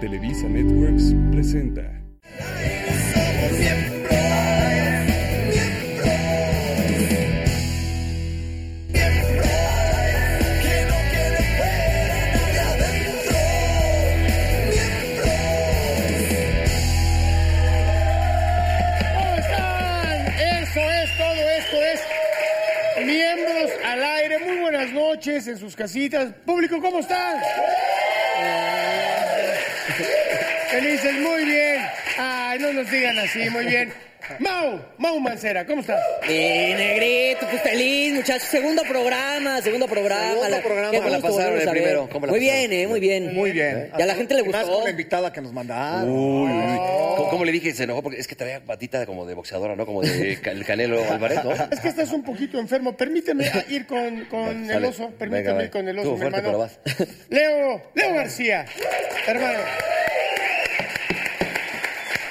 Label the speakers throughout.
Speaker 1: Televisa Networks presenta.
Speaker 2: ¿Cómo están? Eso es, todo esto es Miembros al Aire. Muy buenas noches en sus casitas. Público, ¿cómo están? Eh, Felices, muy bien. Ay, no nos digan así, muy bien. Mau, Mau Mancera, ¿cómo estás?
Speaker 3: Bien, negrito, pues feliz, muchachos. Segundo programa, segundo programa.
Speaker 4: Segundo
Speaker 3: La-
Speaker 4: programa.
Speaker 3: qué
Speaker 4: ¿Cómo la
Speaker 3: gusto
Speaker 4: pasaron
Speaker 3: volverlos
Speaker 4: el
Speaker 3: a ver.
Speaker 4: primero? ¿Cómo la
Speaker 3: muy
Speaker 4: pasaron?
Speaker 3: bien, eh, muy bien.
Speaker 4: Muy bien.
Speaker 3: Y a la gente le
Speaker 4: Más
Speaker 3: gustó.
Speaker 4: con la invitada que nos mandaron.
Speaker 1: Uy, uy, uy.
Speaker 4: Co-
Speaker 5: Co- Como le dije, se enojó porque es que traía patita de- como de boxeadora, ¿no? Como de ca- el Canelo Álvarez, ¿no?
Speaker 2: Es que estás un poquito enfermo. Permíteme a ir con, con
Speaker 5: Sale.
Speaker 2: el oso.
Speaker 5: Venga,
Speaker 2: Permíteme
Speaker 5: va.
Speaker 2: ir con el oso,
Speaker 5: Estuvo
Speaker 2: mi
Speaker 5: fuerte,
Speaker 2: hermano.
Speaker 5: pero
Speaker 2: Leo, Leo García, hermano.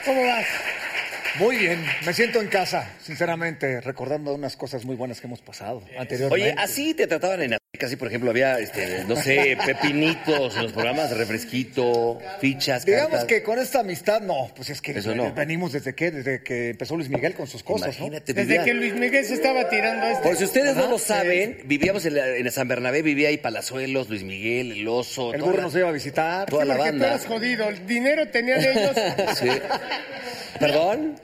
Speaker 2: ¿Cómo vas?
Speaker 4: Muy bien, me siento en casa, sinceramente, recordando unas cosas muy buenas que hemos pasado anteriormente.
Speaker 5: Oye, así te trataban en Azteca, así por ejemplo había, este, no sé, pepinitos en los programas de refresquito, fichas,
Speaker 4: Digamos
Speaker 5: cartas.
Speaker 4: que con esta amistad, no, pues es que
Speaker 5: Eso no.
Speaker 4: venimos desde que, desde que empezó Luis Miguel con sus cosas, ¿no?
Speaker 5: Imagínate,
Speaker 2: Desde
Speaker 5: vivía-
Speaker 2: que Luis Miguel se estaba tirando a este.
Speaker 5: Por si ustedes no
Speaker 4: Ajá,
Speaker 5: lo
Speaker 4: sí.
Speaker 5: saben, vivíamos en, la- en San Bernabé, vivía ahí Palazuelos, Luis Miguel, El Oso.
Speaker 4: El
Speaker 5: toda
Speaker 4: burro
Speaker 5: la-
Speaker 4: nos iba a visitar.
Speaker 5: toda la
Speaker 2: Porque tú
Speaker 5: banda.
Speaker 2: eras jodido. El dinero tenían ellos.
Speaker 5: Sí. ¿Perdón?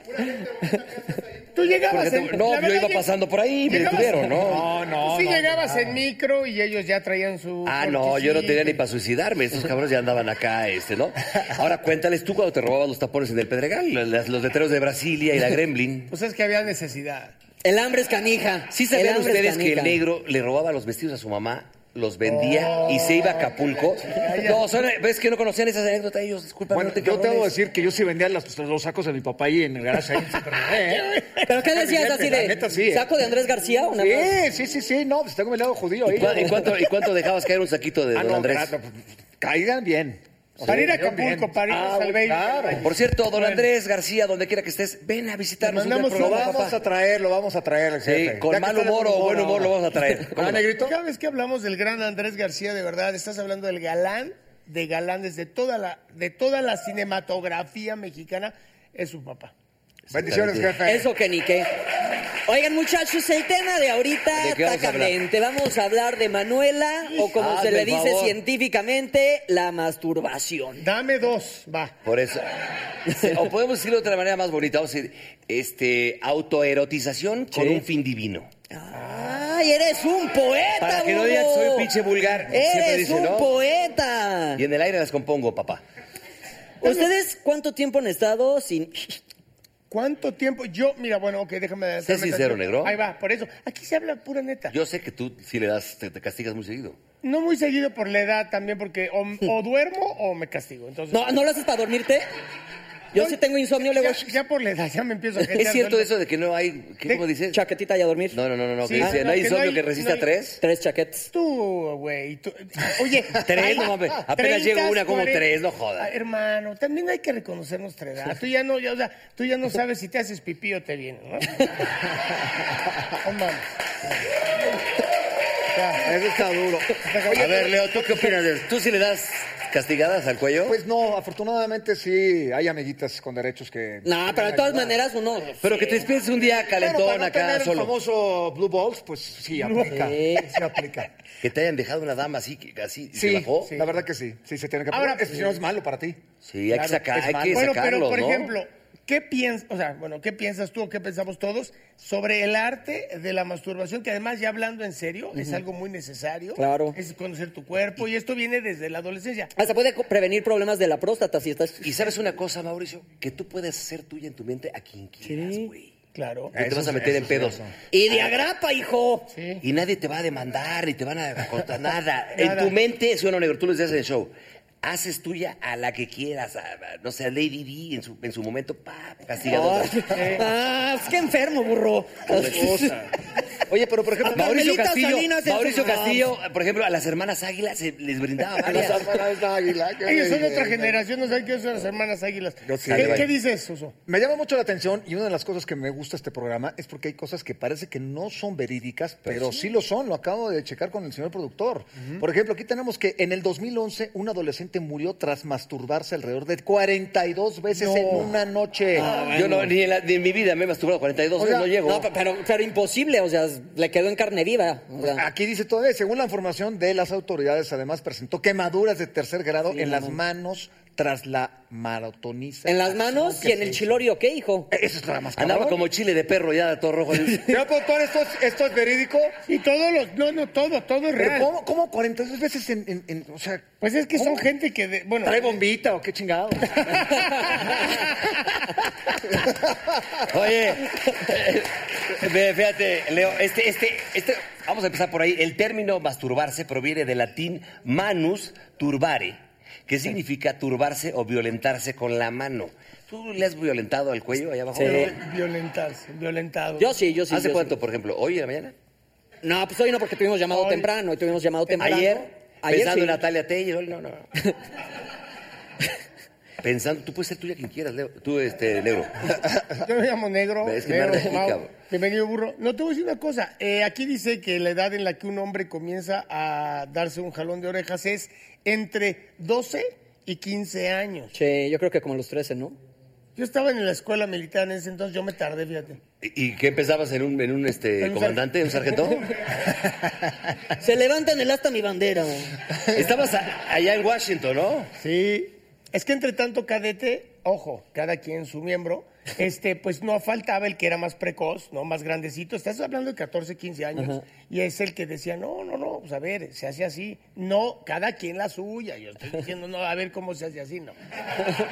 Speaker 2: Tú llegabas
Speaker 5: Porque te-
Speaker 2: en. la
Speaker 5: no, yo
Speaker 2: verdad,
Speaker 5: iba
Speaker 2: lleg-
Speaker 5: pasando por ahí, me
Speaker 2: llegabas-
Speaker 5: detuvieron, ¿no?
Speaker 4: No, no,
Speaker 2: sí
Speaker 4: no,
Speaker 2: llegabas en micro y ellos ya traían su.
Speaker 5: Ah, no, yo no tenía ni para suicidarme. Estos cabrones ya andaban acá, este, ¿no? Ahora cuéntales tú cuando te robabas los tapones en el Pedregal, las- los, letreros de Brasilia y la Gremlin.
Speaker 2: Pues es que había necesidad.
Speaker 3: El hambre es canija.
Speaker 5: ¿Sí
Speaker 3: El
Speaker 5: sabían
Speaker 3: hambre es
Speaker 5: ustedes que el
Speaker 3: canija.
Speaker 5: negro le robaba los vestidos a su mamá, los vendía y se iba a Acapulco? No, son, ves que no conocían esas anécdotas ellos, disculpa.
Speaker 4: Bueno,
Speaker 5: no te
Speaker 4: yo te debo
Speaker 5: cabrones.
Speaker 4: decir que yo sí vendía las- los sacos de mi papá y en el garaje ahí en San Bernabé, ¿eh?
Speaker 3: ¿Pero qué decías así
Speaker 4: La
Speaker 3: de
Speaker 4: neta, sí, ¿eh?
Speaker 3: saco de Andrés García? Una más?
Speaker 4: Sí, sí, sí, sí, no, pues tengo mi lado judío ahí.
Speaker 5: ¿Y, cua- y cuánto, y cuánto dejabas caer un saquito de
Speaker 4: Ah,
Speaker 5: don
Speaker 4: no,
Speaker 5: Andrés?
Speaker 4: claro, pues, caigan bien. O
Speaker 2: Para
Speaker 4: sea,
Speaker 2: ir a
Speaker 4: caigan bien.
Speaker 2: Acapulco, para ir
Speaker 4: Ah,
Speaker 2: a Salveiro.
Speaker 4: Claro.
Speaker 5: Por cierto, don Andrés García, donde quiera que estés, ven a visitarnos. un
Speaker 4: Mandamos
Speaker 5: buen
Speaker 4: lo
Speaker 5: programa,
Speaker 4: vamos
Speaker 5: papá.
Speaker 4: a traer, lo vamos a traer. el
Speaker 5: Sí,
Speaker 4: jefe. Ya
Speaker 5: con
Speaker 4: que
Speaker 5: mal
Speaker 4: está de
Speaker 5: humor o buen humor lo vamos a traer.
Speaker 4: ¿Ah, negrito?
Speaker 2: Cada vez que hablamos del gran Andrés García, de verdad, estás hablando del galán de galanes de toda la, de toda la cinematografía mexicana, es su papá.
Speaker 4: Bendiciones, jefe.
Speaker 3: Eso que ni qué. Oigan, muchachos, el tema de ahorita
Speaker 5: ¿De qué
Speaker 3: está
Speaker 5: vamos a hablar?
Speaker 3: caliente. Vamos a hablar de Manuela, o como
Speaker 4: Ah,
Speaker 5: Hazme
Speaker 3: se le
Speaker 5: el
Speaker 3: dice
Speaker 5: favor.
Speaker 3: científicamente, la masturbación.
Speaker 2: Dame dos, va.
Speaker 5: Por eso. O podemos decirlo de otra manera más bonita. Vamos a decir, este, autoerotización con un fin divino.
Speaker 3: ¡Ay, eres un poeta,
Speaker 5: Para que no
Speaker 3: Hugo!
Speaker 5: digan que soy un pinche vulgar. Siempre
Speaker 3: ¡Eres
Speaker 5: dice,
Speaker 3: un
Speaker 5: ¿no?
Speaker 3: poeta!
Speaker 5: Y en el aire las compongo, papá.
Speaker 3: ¿Ustedes cuánto tiempo han estado sin...?
Speaker 2: ¿Cuánto tiempo? Yo, mira, bueno, ok, déjame adelantarme
Speaker 5: sincero,
Speaker 2: tantito.
Speaker 5: negro.
Speaker 2: Ahí va, por eso. Aquí se habla pura neta.
Speaker 5: Yo sé que tú sí le das, te, te castigas muy seguido.
Speaker 2: No muy seguido por la edad también, porque o, o duermo o me castigo. Entonces,
Speaker 3: ¿No, ¿no lo haces para dormirte? Yo sí tengo insomnio, luego...
Speaker 2: ya, ya por la edad ya me empiezo a
Speaker 5: ¿Es cierto eso de que no hay. ¿Qué,
Speaker 2: De-
Speaker 5: ¿Cómo dices?
Speaker 3: Chaquetita y a dormir.
Speaker 5: No, no, no, no. no, que
Speaker 2: Sí,
Speaker 5: dice,
Speaker 2: no,
Speaker 5: ¿No hay
Speaker 2: que no
Speaker 5: insomnio
Speaker 2: hay-
Speaker 5: que resista
Speaker 2: no hay-
Speaker 5: tres?
Speaker 3: Tres chaquetas.
Speaker 2: Tú, güey. tú- Oye,
Speaker 5: Tres,
Speaker 2: hay-
Speaker 5: no mames, apenas llego una como tres, no jodas.
Speaker 2: Ah, Hermano, también hay que reconocer nuestra edad. Tú ya no, ya, o sea, tú ya no sabes si te haces pipí o te viene, ¿no? No mames.
Speaker 4: Ya, Eso está duro.
Speaker 5: A ver, Leo, ¿tú qué opinas de eso? Tú sí le das ¿Castigadas al cuello?
Speaker 4: Pues no, afortunadamente sí hay amiguitas con derechos que.
Speaker 3: No, pero de todas maneras uno.
Speaker 5: pero que te despiertes un día
Speaker 4: Pero
Speaker 5: calentón
Speaker 4: para no
Speaker 5: acá
Speaker 4: tener
Speaker 5: solo.
Speaker 4: el famoso Blue Balls, pues sí aplica.
Speaker 3: Sí.
Speaker 4: Sí aplica.
Speaker 5: Que te hayan dejado una dama así, que así, ¿se
Speaker 4: Sí,
Speaker 5: bajó?
Speaker 4: la verdad que sí. Sí, se tiene que
Speaker 2: Ahora,
Speaker 4: aplicar. Eso si no es malo para ti.
Speaker 5: Sí, hay que,
Speaker 4: Claro,
Speaker 5: sacar,
Speaker 4: es
Speaker 5: hay que
Speaker 4: malo.
Speaker 2: Bueno,
Speaker 5: sacarlos,
Speaker 2: pero por
Speaker 5: ¿no?
Speaker 2: ejemplo, ¿qué piensas, o sea, bueno, qué piensas tú o qué pensamos todos sobre el arte de la masturbación? Que además, ya hablando en serio, es algo muy necesario.
Speaker 3: Claro.
Speaker 2: Es conocer tu cuerpo y esto viene desde la adolescencia.
Speaker 3: Hasta puede co- prevenir problemas de la próstata si estás.
Speaker 5: Y sabes una cosa, Mauricio, que tú puedes hacer tuya en tu mente a quien quieras, güey.
Speaker 2: Claro.
Speaker 5: No te vas a meter en pedos.
Speaker 3: Y
Speaker 5: Ah.
Speaker 3: de agrapa, hijo.
Speaker 5: Y nadie te va a demandar, ni te van a contar nada. En
Speaker 2: Nada.
Speaker 5: tu mente, si uno negro, tú lo decías en el show, haces tuya a la que quieras, a- a- no sé, a Lady D en su, en su momento, pa, castigado. Pues,
Speaker 3: Ah, es que enfermo, burro.
Speaker 4: Oye, pero por ejemplo,
Speaker 5: Mauricio
Speaker 3: Carmelita
Speaker 5: Castillo,
Speaker 3: Salinas en
Speaker 5: Mauricio
Speaker 3: su-
Speaker 5: Castillo, por ejemplo, a las hermanas Águilas se les brindaba varias.
Speaker 2: Ellos son otra generación, no saben qué son las hermanas águilas.
Speaker 4: Yo sí.
Speaker 2: ¿Qué,
Speaker 5: Dale,
Speaker 2: qué
Speaker 5: bye.
Speaker 2: dices, Suso?
Speaker 4: Me llama mucho la atención y una de las cosas que me gusta este programa es porque hay cosas que parece que no son verídicas,
Speaker 3: Pues
Speaker 4: pero sí, lo son. Lo acabo de checar con el señor productor. Por ejemplo, aquí tenemos que en el 2011 un adolescente murió tras masturbarse alrededor de 42 veces en una noche.
Speaker 3: Ah.
Speaker 5: Yo no, ni en, la- ni en mi vida me he masturbado 42,
Speaker 4: Oiga,
Speaker 5: no llego.
Speaker 3: No, pe- pero, pero imposible, o sea, le quedó en carne viva. o sea.
Speaker 5: Ah,
Speaker 4: Aquí dice todavía, según la información de las autoridades, además presentó quemaduras de tercer grado en las manos tras la maratoniza.
Speaker 3: en las manos y en el chilorio, ¿qué, hijo?
Speaker 4: Eso es nada más
Speaker 5: Andaba
Speaker 4: cabrón.
Speaker 5: como chile de perro ya, todo rojo.
Speaker 4: Señor productor, ¿esto es, esto es verídico?
Speaker 2: Y todos los, no, no, todo, todo es real.
Speaker 4: ¿Pero cómo, cómo 42 veces en, en- en- o sea...
Speaker 2: Pues es que son
Speaker 4: ¿cómo?
Speaker 2: gente que, de- bueno,
Speaker 4: ¿Trae bombita o qué chingado?
Speaker 5: Oye, eh, ve, fíjate, Leo, este, este, este, vamos a empezar por ahí. El término masturbarse proviene del latín manus turbare, que significa turbarse o violentarse con la mano. ¿Tú le has violentado al cuello allá abajo?
Speaker 3: Sí.
Speaker 2: violentarse, violentado.
Speaker 3: Yo sí, yo sí.
Speaker 5: ¿Hace
Speaker 3: yo
Speaker 5: cuánto,
Speaker 3: sí.
Speaker 5: por ejemplo? ¿Hoy en la mañana?
Speaker 3: No, pues hoy no, porque tuvimos llamado
Speaker 2: Hoy.
Speaker 3: temprano, hoy tuvimos llamado temprano.
Speaker 5: ¿Ayer?
Speaker 3: Ayer
Speaker 5: Pensando
Speaker 3: sí.
Speaker 5: en Natalia Tello. No, no. Pensando, tú puedes ser tuya quien quieras, Leo. Tú, este, negro.
Speaker 2: Yo me llamo Negro.
Speaker 5: Es que me
Speaker 2: negro,
Speaker 5: arde,
Speaker 2: Mau.
Speaker 5: cabrón.
Speaker 2: Bienvenido, burro. No te voy a decir una cosa. Eh, aquí dice que la edad en la que un hombre comienza a darse un jalón de orejas es entre 12 y 15 años.
Speaker 3: Che, yo creo que como los 13, ¿no?
Speaker 2: Yo estaba en la escuela militar en ese entonces, yo me tardé, fíjate.
Speaker 5: ¿Y, y qué empezabas en un, en un este,
Speaker 2: En un
Speaker 5: comandante, un sargento?
Speaker 3: Se levantan el hasta mi bandera.
Speaker 5: Estabas a- allá en Washington, ¿no?
Speaker 2: Sí. Es que entre tanto cadete, ojo, cada quien su miembro, este, pues no faltaba el que era más precoz, ¿no? Más grandecito. Estás hablando de 14, 15 años. Y es el que decía, no, no, no, pues a ver, se hace así. No, cada quien la suya. Yo estoy diciendo, no, a ver cómo se hace así, no.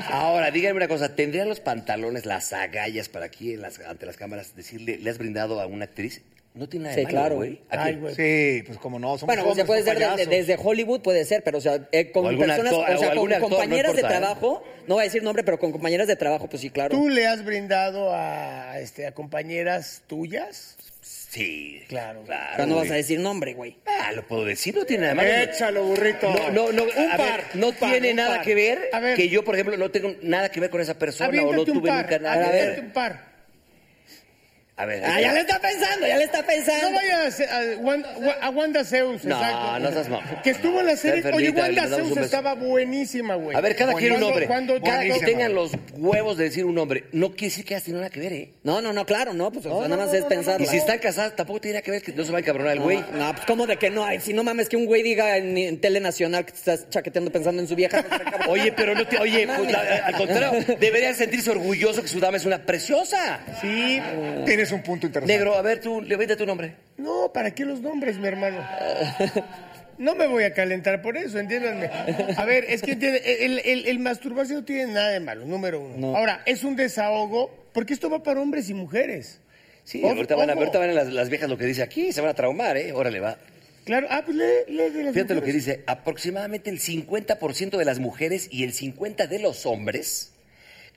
Speaker 5: Ahora, díganme una cosa, ¿tendrían los pantalones, las agallas para aquí en las- ante las cámaras decirle, le has brindado a una actriz? No tiene nada de
Speaker 3: Sí,
Speaker 5: malo,
Speaker 3: claro.
Speaker 5: güey. ¿A
Speaker 2: Ay,
Speaker 5: quién?
Speaker 2: güey.
Speaker 4: Sí, pues como no, somos
Speaker 3: Bueno, o sea,
Speaker 4: hombres,
Speaker 3: puede ser de-
Speaker 4: payaso.
Speaker 3: de- desde Hollywood, puede ser, pero o sea, eh, con
Speaker 5: O algún
Speaker 3: personas,
Speaker 5: actor,
Speaker 3: o sea,
Speaker 5: o
Speaker 3: con
Speaker 5: algún actor, no
Speaker 3: compañeras de
Speaker 5: importa, ¿eh?
Speaker 3: trabajo, no voy a decir nombre, pero con compañeras de trabajo, pues sí, claro.
Speaker 2: ¿Tú le has brindado a, este, a compañeras tuyas?
Speaker 5: Sí.
Speaker 2: Claro.
Speaker 3: pero no
Speaker 5: güey.
Speaker 3: vas a decir nombre, güey.
Speaker 5: Ah, lo puedo decir, no tiene nada de malo.
Speaker 4: Échalo, burrito.
Speaker 5: No, no, no,
Speaker 4: Un
Speaker 5: a ver,
Speaker 4: par,
Speaker 5: no
Speaker 4: un par,
Speaker 5: tiene
Speaker 4: un
Speaker 5: nada
Speaker 4: par.
Speaker 5: que ver,
Speaker 2: A ver.
Speaker 5: que yo, por ejemplo, no tengo nada que ver con esa persona o no
Speaker 2: Aviéntate un
Speaker 5: tuve
Speaker 2: par,
Speaker 5: nunca nada. A
Speaker 2: aviéntate
Speaker 5: ver,
Speaker 2: un par.
Speaker 5: a ver.
Speaker 3: Ah, ya le está pensando, ya le está pensando.
Speaker 2: No vayas a, a Wan- Wa- a Wanda Zeus,
Speaker 5: No,
Speaker 2: exacto.
Speaker 5: no seas mamón.
Speaker 2: Que estuvo en la
Speaker 5: Está
Speaker 2: serie. Oye,
Speaker 5: enfermita,
Speaker 2: Wanda
Speaker 5: le damos un
Speaker 2: Zeus
Speaker 5: beso.
Speaker 2: estaba buenísima, güey.
Speaker 5: A ver, cada quien un
Speaker 2: Cuando-
Speaker 5: nombre.
Speaker 2: cuando-
Speaker 5: cada
Speaker 2: cuando-
Speaker 5: quien tengan los huevos de decir un nombre. No quiere decir que hayas tenido nada que ver, ¿eh?
Speaker 3: No, no, no, claro, no, pues o sea, nada más es pensar.
Speaker 5: Y si están casadas, tampoco tiene nada que ver que no se va a encabronar el güey.
Speaker 3: güey. No, pues cómo de que no, Ay, si no mames que un güey diga en, en tele nacional que te estás chaqueteando pensando en su vieja. pues, está cabrón.
Speaker 5: Oye, pero no te. Oye, pues, la- al contrario, deberían sentirse orgulloso que su dama es una preciosa.
Speaker 2: Sí.
Speaker 4: Tienes un punto interesante.
Speaker 5: Negro, a ver, tú, le vete tu nombre.
Speaker 2: No, ¿para qué los nombres, mi hermano? No me voy a calentar por eso, entiéndanme. A ver, es que entiende, el, el- el masturbarse no tiene nada de malo, número uno. Ahora, es un desahogo, porque esto va para hombres y mujeres.
Speaker 5: Sí,
Speaker 2: Ojo,
Speaker 5: ahorita van, a,
Speaker 2: ojo.
Speaker 5: ahorita van a las, las viejas lo que dice aquí, se van a traumar, ¿eh? Órale, va.
Speaker 2: Claro, ah, pues lee, lee de las
Speaker 5: Fíjate lo que
Speaker 2: mujeres.
Speaker 5: dice, aproximadamente el 50% de las mujeres y el 50% de los hombres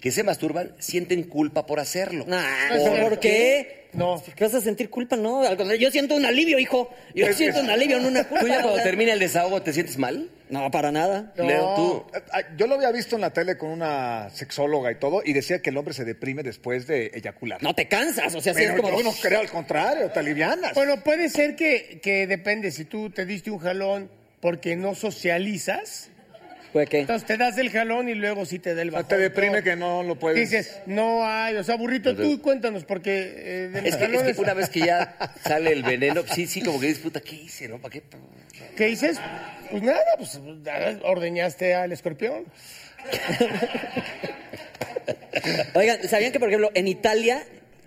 Speaker 5: que se masturban sienten culpa por hacerlo.
Speaker 3: Nah,
Speaker 2: No es cierto.
Speaker 3: ¿por qué?
Speaker 2: No.
Speaker 3: ¿Qué vas a sentir culpa? No, al contrario, yo siento un alivio, hijo. Yo siento un alivio, no una culpa.
Speaker 5: ¿Tú ya
Speaker 3: o
Speaker 5: cuando
Speaker 3: sea.
Speaker 5: termina el desahogo te sientes mal?
Speaker 3: No, para nada.
Speaker 2: No.
Speaker 5: Leo, tú.
Speaker 4: Eh, ah, Yo lo había visto en la tele con una sexóloga y todo, y decía que el hombre se deprime después de eyacular.
Speaker 3: No te cansas, o sea, si
Speaker 4: Pero
Speaker 3: es como...
Speaker 4: yo no creo, al contrario, te alivianas.
Speaker 2: Bueno, puede ser que, que depende, si tú te diste un jalón porque no socializas,
Speaker 3: Puede que.
Speaker 2: Entonces te das el jalón y luego sí te da el
Speaker 4: O sea,
Speaker 2: bajón.
Speaker 4: te deprime que no lo puedes.
Speaker 2: Dices, no hay, o sea, burrito, tú cuéntanos, porque eh, de los
Speaker 5: Es que, es que
Speaker 2: jalones-
Speaker 5: una vez que ya sale el veneno, sí, sí, como que disputa, ¿qué hice, no? ¿Para qué?
Speaker 2: ¿Qué dices? Pues nada, pues ordeñaste al escorpión.
Speaker 3: Oigan, ¿sabían que, por ejemplo, en Italia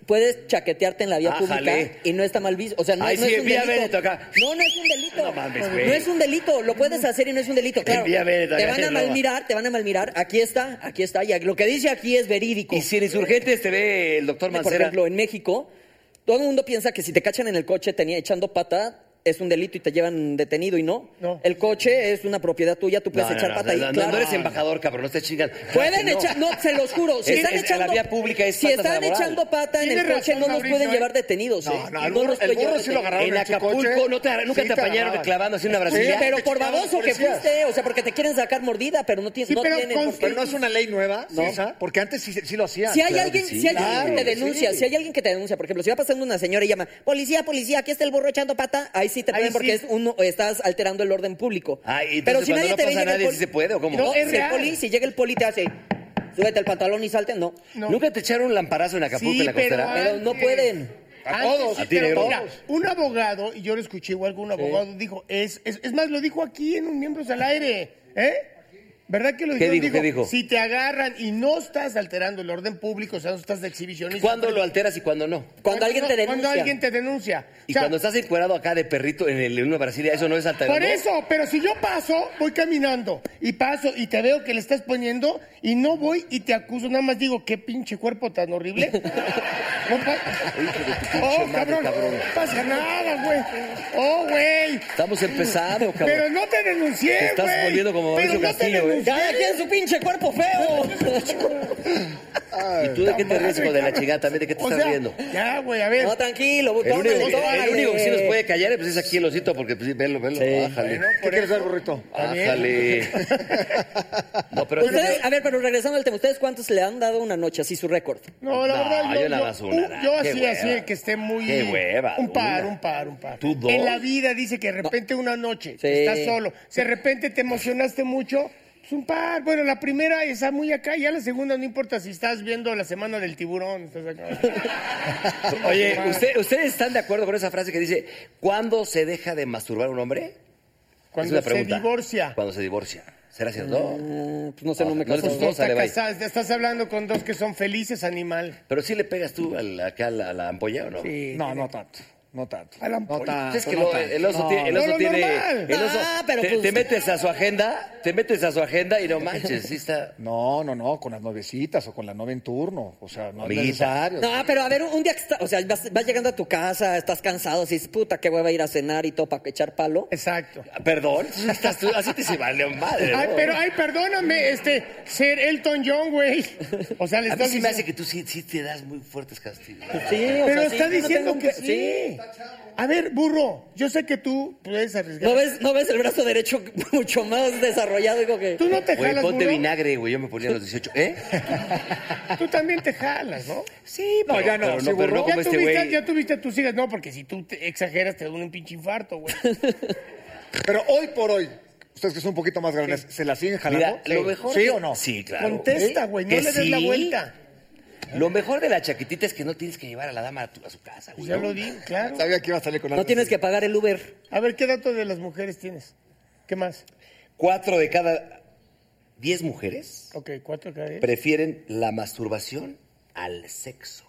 Speaker 3: puedes chaquetearte en la vía
Speaker 5: Ah,
Speaker 3: pública
Speaker 5: jale.
Speaker 3: y no está mal visto? O sea, no,
Speaker 5: Ay,
Speaker 3: no
Speaker 5: sí,
Speaker 3: es un
Speaker 5: en Vía
Speaker 3: delito.
Speaker 5: Veneto acá.
Speaker 3: No, no es un delito.
Speaker 5: No mames, güey.
Speaker 3: No es un delito. Lo puedes hacer y no es un delito. Claro.
Speaker 5: Vía Veneto
Speaker 3: te
Speaker 5: acá
Speaker 3: van
Speaker 5: te
Speaker 3: a
Speaker 5: roban.
Speaker 3: malmirar, te van a malmirar. Aquí está, aquí está. Y lo que dice aquí es verídico.
Speaker 5: Y si en insurgentes te ve el doctor
Speaker 3: Por
Speaker 5: Mancera.
Speaker 3: ejemplo, en México, todo el mundo piensa que si te cachan en el coche tenía, echando pata, es un delito y te llevan detenido y no.
Speaker 2: No.
Speaker 3: El coche es una propiedad tuya, tú puedes
Speaker 5: No, no,
Speaker 3: echar
Speaker 5: no,
Speaker 3: pata
Speaker 5: no,
Speaker 3: ahí.
Speaker 5: no, no,
Speaker 3: claro.
Speaker 5: no eres embajador, cabrón, no estés chingando.
Speaker 3: Pueden echar, no, se los juro, si
Speaker 5: Es-
Speaker 3: están
Speaker 5: es-
Speaker 3: echando
Speaker 5: la vía pública es
Speaker 3: si
Speaker 5: faltas
Speaker 3: están
Speaker 5: laboral.
Speaker 3: echando pata en el
Speaker 2: Tiene
Speaker 3: coche
Speaker 2: razón,
Speaker 3: no los
Speaker 2: Mauricio,
Speaker 3: pueden
Speaker 2: ¿eh?
Speaker 3: llevar detenidos, ¿eh?
Speaker 4: No, no, el
Speaker 3: los
Speaker 4: burro, el
Speaker 3: pueden
Speaker 4: burro
Speaker 3: llevar
Speaker 4: sí lo agarraron
Speaker 5: En
Speaker 4: en, su
Speaker 5: Acapulco,
Speaker 4: coche.
Speaker 5: ¿no te- nunca
Speaker 4: Sí
Speaker 5: te apañaron
Speaker 4: agarraban.
Speaker 5: clavándose una
Speaker 3: detenidos.
Speaker 5: brasileña?
Speaker 4: Sí,
Speaker 3: pero
Speaker 4: te
Speaker 3: por
Speaker 4: chingaban
Speaker 3: baboso
Speaker 4: los
Speaker 3: que
Speaker 4: policías.
Speaker 3: fuiste, o sea, porque te quieren sacar mordida, pero no tienes
Speaker 2: Sí,
Speaker 3: no
Speaker 2: pero
Speaker 3: tienen
Speaker 2: con-
Speaker 3: por qué.
Speaker 4: Pero no es una ley nueva,
Speaker 3: No.
Speaker 4: esa, porque antes sí, sí lo hacía.
Speaker 3: Si hay
Speaker 5: Ah, claro que
Speaker 3: alguien,
Speaker 5: sí.
Speaker 3: si hay alguien
Speaker 4: Claro,
Speaker 3: que te denuncia,
Speaker 4: sí.
Speaker 3: si hay alguien que te denuncia, por ejemplo, si va pasando una señora y llama, policía, policía, aquí está el burro echando pata, ahí sí te
Speaker 2: Ahí
Speaker 3: pueden porque
Speaker 2: sí.
Speaker 3: es uno, estás alterando el orden público.
Speaker 5: Ah, y entonces cuando no pasa
Speaker 3: llega el
Speaker 5: nadie,
Speaker 3: poli-
Speaker 5: ¿sí se puede o cómo?
Speaker 3: No,
Speaker 5: No,
Speaker 2: es
Speaker 3: si el
Speaker 2: real.
Speaker 3: poli, si llega el poli te hace, súbete el pantalón y salte, no.
Speaker 2: No.
Speaker 5: ¿Nunca te echaron un lamparazo en Acapulco
Speaker 2: Sí,
Speaker 5: en la
Speaker 2: pero-
Speaker 5: costera?
Speaker 3: Pero no
Speaker 2: Antes.
Speaker 3: pueden.
Speaker 5: A
Speaker 2: Antes
Speaker 5: todos,
Speaker 2: sí,
Speaker 5: a ti,
Speaker 2: pero
Speaker 5: negro.
Speaker 2: mira, un abogado, y yo lo escuché igual que un abogado, dijo, es, es, es más, lo dijo aquí en un Miembros al Aire, ¿eh? ¿Verdad que lo
Speaker 5: ¿Qué
Speaker 2: dijo?
Speaker 5: dijo, qué dijo?
Speaker 2: Si te agarran y no estás alterando el orden público, o sea, no estás de exhibicionista.
Speaker 5: ¿Cuándo lo alteras y cuándo no?
Speaker 3: Cuando alguien te denuncia.
Speaker 2: Cuando alguien te denuncia.
Speaker 5: Y
Speaker 2: O sea,
Speaker 5: cuando estás encuerado acá de perrito en, el, en una brasileña, eso no es alterar.
Speaker 2: Por eso, pero si yo paso, voy caminando y paso y te veo que le estás poniendo y no voy y te acuso, nada más digo, qué pinche cuerpo tan horrible. No pa- oh, cabrón, no pasa nada, güey. Oh, güey.
Speaker 5: Estamos empezando, cabrón.
Speaker 2: Pero no te denuncié,
Speaker 5: Te
Speaker 2: güey.
Speaker 5: estás volviendo como
Speaker 2: Pero
Speaker 5: Mauricio
Speaker 2: no te
Speaker 5: Castillo, ¿eh? güey.
Speaker 2: denuncié.
Speaker 3: ¡Cada quien su pinche cuerpo feo!
Speaker 5: ¿Y tú de qué te
Speaker 2: Madre,
Speaker 5: ríes, hijo de la
Speaker 2: cabrón.
Speaker 5: chingada? También de qué te
Speaker 2: O
Speaker 5: estás
Speaker 2: sea,
Speaker 5: riendo.
Speaker 2: Ya, güey, a ver.
Speaker 3: No, tranquilo,
Speaker 5: El único,
Speaker 3: tómale,
Speaker 5: el
Speaker 3: tómale.
Speaker 5: único que sí nos puede callar pues, es aquí el osito, porque pues, sí, velo, velo, bájale.
Speaker 4: ¿Qué quieres ver, burrito?
Speaker 5: Bájale. No, pero...
Speaker 2: Pues
Speaker 3: Ustedes- a ver, pero regresando al tema, ¿ustedes cuántos le han dado una noche así su récord?
Speaker 2: No, la
Speaker 5: No,
Speaker 2: verdad,
Speaker 5: yo
Speaker 2: yo,
Speaker 5: nada
Speaker 2: yo,
Speaker 5: más una,
Speaker 2: yo
Speaker 5: qué
Speaker 2: así,
Speaker 5: hueva.
Speaker 2: así, que esté muy...
Speaker 5: Qué hueva,
Speaker 2: Un par,
Speaker 5: una.
Speaker 2: un par, un par.
Speaker 5: Tú dos.
Speaker 2: En la vida dice que de repente una noche
Speaker 3: Sí.
Speaker 2: estás solo, si de repente te emocionaste mucho, pues un par. Bueno, la primera está muy acá, ya la segunda no importa si estás viendo la semana del tiburón. estás acá.
Speaker 5: Oye, ¿usted- ¿ustedes están de acuerdo con esa frase que dice, ¿cuándo se deja de masturbar un hombre?
Speaker 2: Cuando
Speaker 5: es una
Speaker 2: se
Speaker 5: pregunta.
Speaker 2: divorcia. Mm.
Speaker 5: Cuando se divorcia. ¿Será cierto?
Speaker 3: Ah, pues no sé, no me
Speaker 5: No,
Speaker 3: caso.
Speaker 5: pues,
Speaker 2: Tú
Speaker 5: Vamos a
Speaker 2: estás
Speaker 5: ver,
Speaker 2: casada, estás hablando con dos que son felices, animal.
Speaker 5: Pero sí le pegas tú al- acá a la, a la ampolla, ¿o no?
Speaker 4: No, no tanto. No tanto.
Speaker 2: A la
Speaker 4: No
Speaker 2: ampolla.
Speaker 4: tanto.
Speaker 5: Pues Es que
Speaker 4: Ah, no
Speaker 5: lo-
Speaker 4: tanto.
Speaker 5: el oso tiene... El
Speaker 2: No,
Speaker 5: oso
Speaker 2: lo
Speaker 5: tiene
Speaker 2: normal.
Speaker 5: el oso-
Speaker 3: Ah, pero
Speaker 5: te,
Speaker 3: pues-
Speaker 5: te metes a su agenda, te metes a su agenda y no manches, sí está...
Speaker 4: No, no, no, con las noviecitas o con la novia en turno. O sea, no
Speaker 5: Amiguita.
Speaker 4: es necesario.
Speaker 3: No, pero a ver, un día que está- o sea, vas, vas llegando a tu casa, estás cansado, dices, puta, qué hueva ir a cenar y todo para echar palo.
Speaker 2: Exacto.
Speaker 5: Perdón, estás tú- así te se vale madre, ¿no?
Speaker 2: Ay, pero, ay, perdóname, este, ser Elton John, güey. O sea, le
Speaker 5: A mí
Speaker 2: estás
Speaker 5: sí me
Speaker 2: diciendo...
Speaker 5: hace que tú sí, sí te das muy fuertes castigos.
Speaker 3: Sí,
Speaker 2: Pero
Speaker 3: o sea,
Speaker 5: Pues
Speaker 3: sí,
Speaker 2: está
Speaker 3: yo no
Speaker 2: diciendo
Speaker 3: tengo un
Speaker 2: que
Speaker 3: pe-
Speaker 2: sí. A ver, burro, yo sé que tú puedes arriesgar.
Speaker 3: ¿No ves, ¿No ves el brazo derecho mucho más desarrollado? Digo que...
Speaker 2: Tú no te
Speaker 5: Güey,
Speaker 2: jalas,
Speaker 5: ponte
Speaker 2: burro.
Speaker 5: vinagre, güey, yo me ponía a los 18. ¿Eh?
Speaker 2: Tú también te jalas, ¿no?
Speaker 5: Sí, pero,
Speaker 4: ya no,
Speaker 5: pero
Speaker 4: sí,
Speaker 5: no, pero
Speaker 4: burro.
Speaker 5: no
Speaker 2: Ya
Speaker 5: como este
Speaker 2: tuviste,
Speaker 5: güey.
Speaker 2: ya tuviste a tus hijas, no, porque si tú te exageras te da un pinche infarto, güey.
Speaker 4: Pero hoy por hoy, ustedes que son un poquito más grandes, ¿se la siguen jalando?
Speaker 5: Mira, lo mejor
Speaker 4: ¿Sí
Speaker 5: que-
Speaker 4: o no?
Speaker 5: Sí, claro. ¿eh?
Speaker 2: Contesta, güey, no
Speaker 5: ¿Que
Speaker 2: le des la
Speaker 5: sí?
Speaker 2: vuelta.
Speaker 5: Lo mejor de la chaquetita es que no tienes que llevar a la dama a, tu- a su casa, güey.
Speaker 2: Pues Ya lo di, claro.
Speaker 4: Sabía que iba a salir con
Speaker 3: No tienes que pagar el Uber.
Speaker 2: A ver, ¿qué dato de las mujeres tienes? ¿Qué más?
Speaker 5: Cuatro de cada diez mujeres
Speaker 2: Ok, cuatro cada diez.
Speaker 5: prefieren la masturbación al sexo.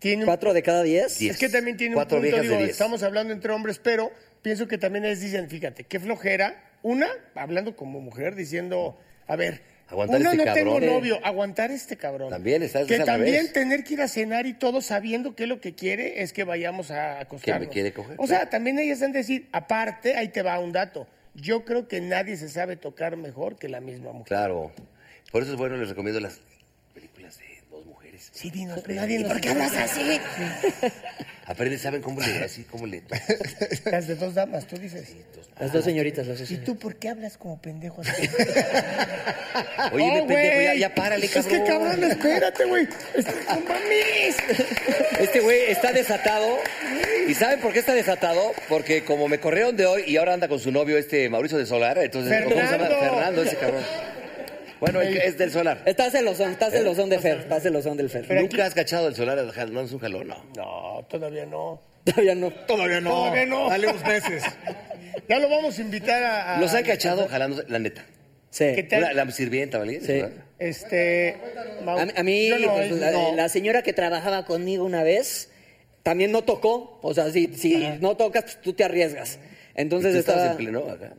Speaker 2: Tiene un...
Speaker 3: ¿Cuatro de cada diez?
Speaker 5: Diez.
Speaker 2: Es que también tiene
Speaker 5: Cuatro
Speaker 2: un punto,
Speaker 5: viejas de
Speaker 2: digo,
Speaker 5: diez.
Speaker 2: estamos hablando entre hombres, pero pienso que también les dicen, fíjate, qué flojera. Una, hablando como mujer, diciendo, a ver,
Speaker 5: Aguantar
Speaker 2: una,
Speaker 5: este
Speaker 2: no tengo
Speaker 5: cabrón.
Speaker 2: novio, aguantar este cabrón.
Speaker 5: También estás
Speaker 2: Que
Speaker 5: al
Speaker 2: también
Speaker 5: revés.
Speaker 2: tener que ir a cenar y todo sabiendo que lo que quiere es que vayamos a acostarnos.
Speaker 5: quiere coger,
Speaker 2: O sea, también ellas han de decir, aparte, ahí te va un dato, yo creo que nadie se sabe tocar mejor que la misma mujer.
Speaker 5: Claro. Por eso es bueno, les recomiendo las películas de dos mujeres.
Speaker 2: Sí, dinos, nadie nos...
Speaker 5: ¿Por qué hablas así? Aprende, saben cómo le así, cómo le.
Speaker 2: Las de dos damas, tú dices.
Speaker 3: Las dos señoritas, las dos
Speaker 2: ¿Y
Speaker 3: señoritas.
Speaker 2: tú por qué hablas como pendejo así?
Speaker 5: Oye,
Speaker 2: No,
Speaker 5: ve, pendejo, ya,
Speaker 2: Oh, güey.
Speaker 5: ya párale, cabrón.
Speaker 2: Es que cabrón, espérate, güey. Es- ¡No mames!
Speaker 3: Este güey está desatado.
Speaker 5: ¿Y saben por qué está desatado? Porque como me corrieron de hoy y ahora anda con su novio este Mauricio de Solar, entonces
Speaker 2: Fernando.
Speaker 5: Fernando ese cabrón. Bueno, el que es del Solar.
Speaker 3: Estás celosón, estás celosón de Fer, estás celosón del Fer.
Speaker 5: ¿Nunca has cachado el Solar no es un jalón? No.
Speaker 2: No, todavía no.
Speaker 3: Todavía no.
Speaker 4: Todavía no.
Speaker 2: Todavía no.
Speaker 4: Dale unos meses.
Speaker 2: Ya lo vamos a invitar a. a-
Speaker 5: ¿Los han cachado jalando? La neta.
Speaker 3: Sí.
Speaker 2: ¿Qué tal?
Speaker 5: La, la sirvienta, ¿vale?
Speaker 3: Sí.
Speaker 2: Este. Mau-
Speaker 3: A, mí- a mí,
Speaker 2: Yo no,
Speaker 3: pues,
Speaker 2: él
Speaker 3: la,
Speaker 2: no.
Speaker 3: la señora que trabajaba conmigo una vez, también no tocó. O sea, si, si no tocas, pues, tú te arriesgas.
Speaker 5: Entonces
Speaker 3: Entonces
Speaker 5: estabas
Speaker 3: estaba...
Speaker 5: en pleno acá.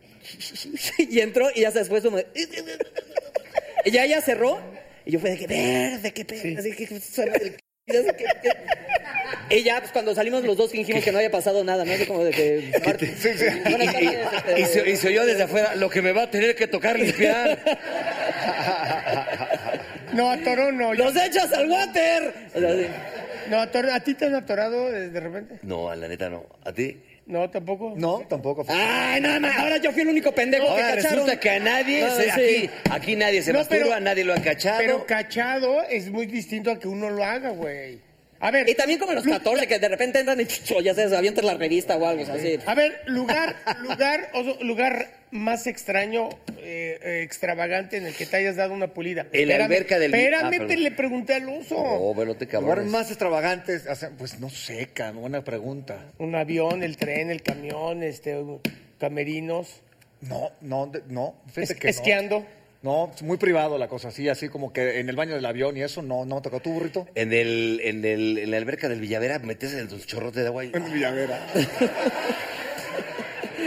Speaker 3: y entró y ya después... como- y ya ella cerró. Y yo fui de que verde, qué pena. así que- que suena del- ya sé que- que- Y ya, pues cuando salimos los dos fingimos que no había pasado nada, ¿no? Así como de que...
Speaker 4: Sí, sí.
Speaker 5: Y,
Speaker 3: Buenas
Speaker 5: y-
Speaker 3: tardes, este-
Speaker 5: y se, y se oyó desde afuera, lo que me va a tener que tocar limpiar.
Speaker 2: No, a Toro no. yo-
Speaker 3: ¡Los echas al water! O sea, sí.
Speaker 2: no, a, Toro- ¿a ti te han atorado eh, de repente?
Speaker 5: No, la neta no. ¿A ti?
Speaker 2: No, tampoco.
Speaker 4: No,
Speaker 5: Ah,
Speaker 4: tampoco.
Speaker 3: ¡Ay, nada más! Ahora yo fui el único pendejo
Speaker 5: Ahora
Speaker 3: que cacharon.
Speaker 5: resulta que a nadie,
Speaker 3: No,
Speaker 5: se-
Speaker 3: sí.
Speaker 5: aquí, aquí nadie se
Speaker 2: No,
Speaker 5: masturba,
Speaker 2: pero-
Speaker 5: nadie lo ha cachado.
Speaker 2: Pero cachado es muy distinto a que uno lo haga, güey. A ver.
Speaker 3: Y también como los 14 que de repente entran y chucho, ya se avientan la revista o algo o sea, así.
Speaker 2: A ver, lugar, lugar, oso- lugar más extraño, eh, eh, extravagante en el que te hayas dado una pulida.
Speaker 5: En la
Speaker 2: Espérame,
Speaker 5: alberca del- Ah,
Speaker 2: Espérame,
Speaker 5: perdón.
Speaker 2: te le pregunté al oso.
Speaker 5: Oh, bueno, te
Speaker 4: Lugar
Speaker 5: cabrón.
Speaker 4: más extravagantes. o sea, Pues no sé, cabrón, buena pregunta.
Speaker 2: Un avión, el tren, el camión, este, camerinos,
Speaker 4: No, no, de- no. Fíjate
Speaker 2: es-
Speaker 4: que no.
Speaker 2: esquiando.
Speaker 4: No, es muy privado la cosa, así, así como que en el baño del avión y eso, no, no me tocó tu burrito.
Speaker 5: En, el, en, el, en la alberca del Villavera metes en tus chorrotes de agua. y-
Speaker 4: Villavera.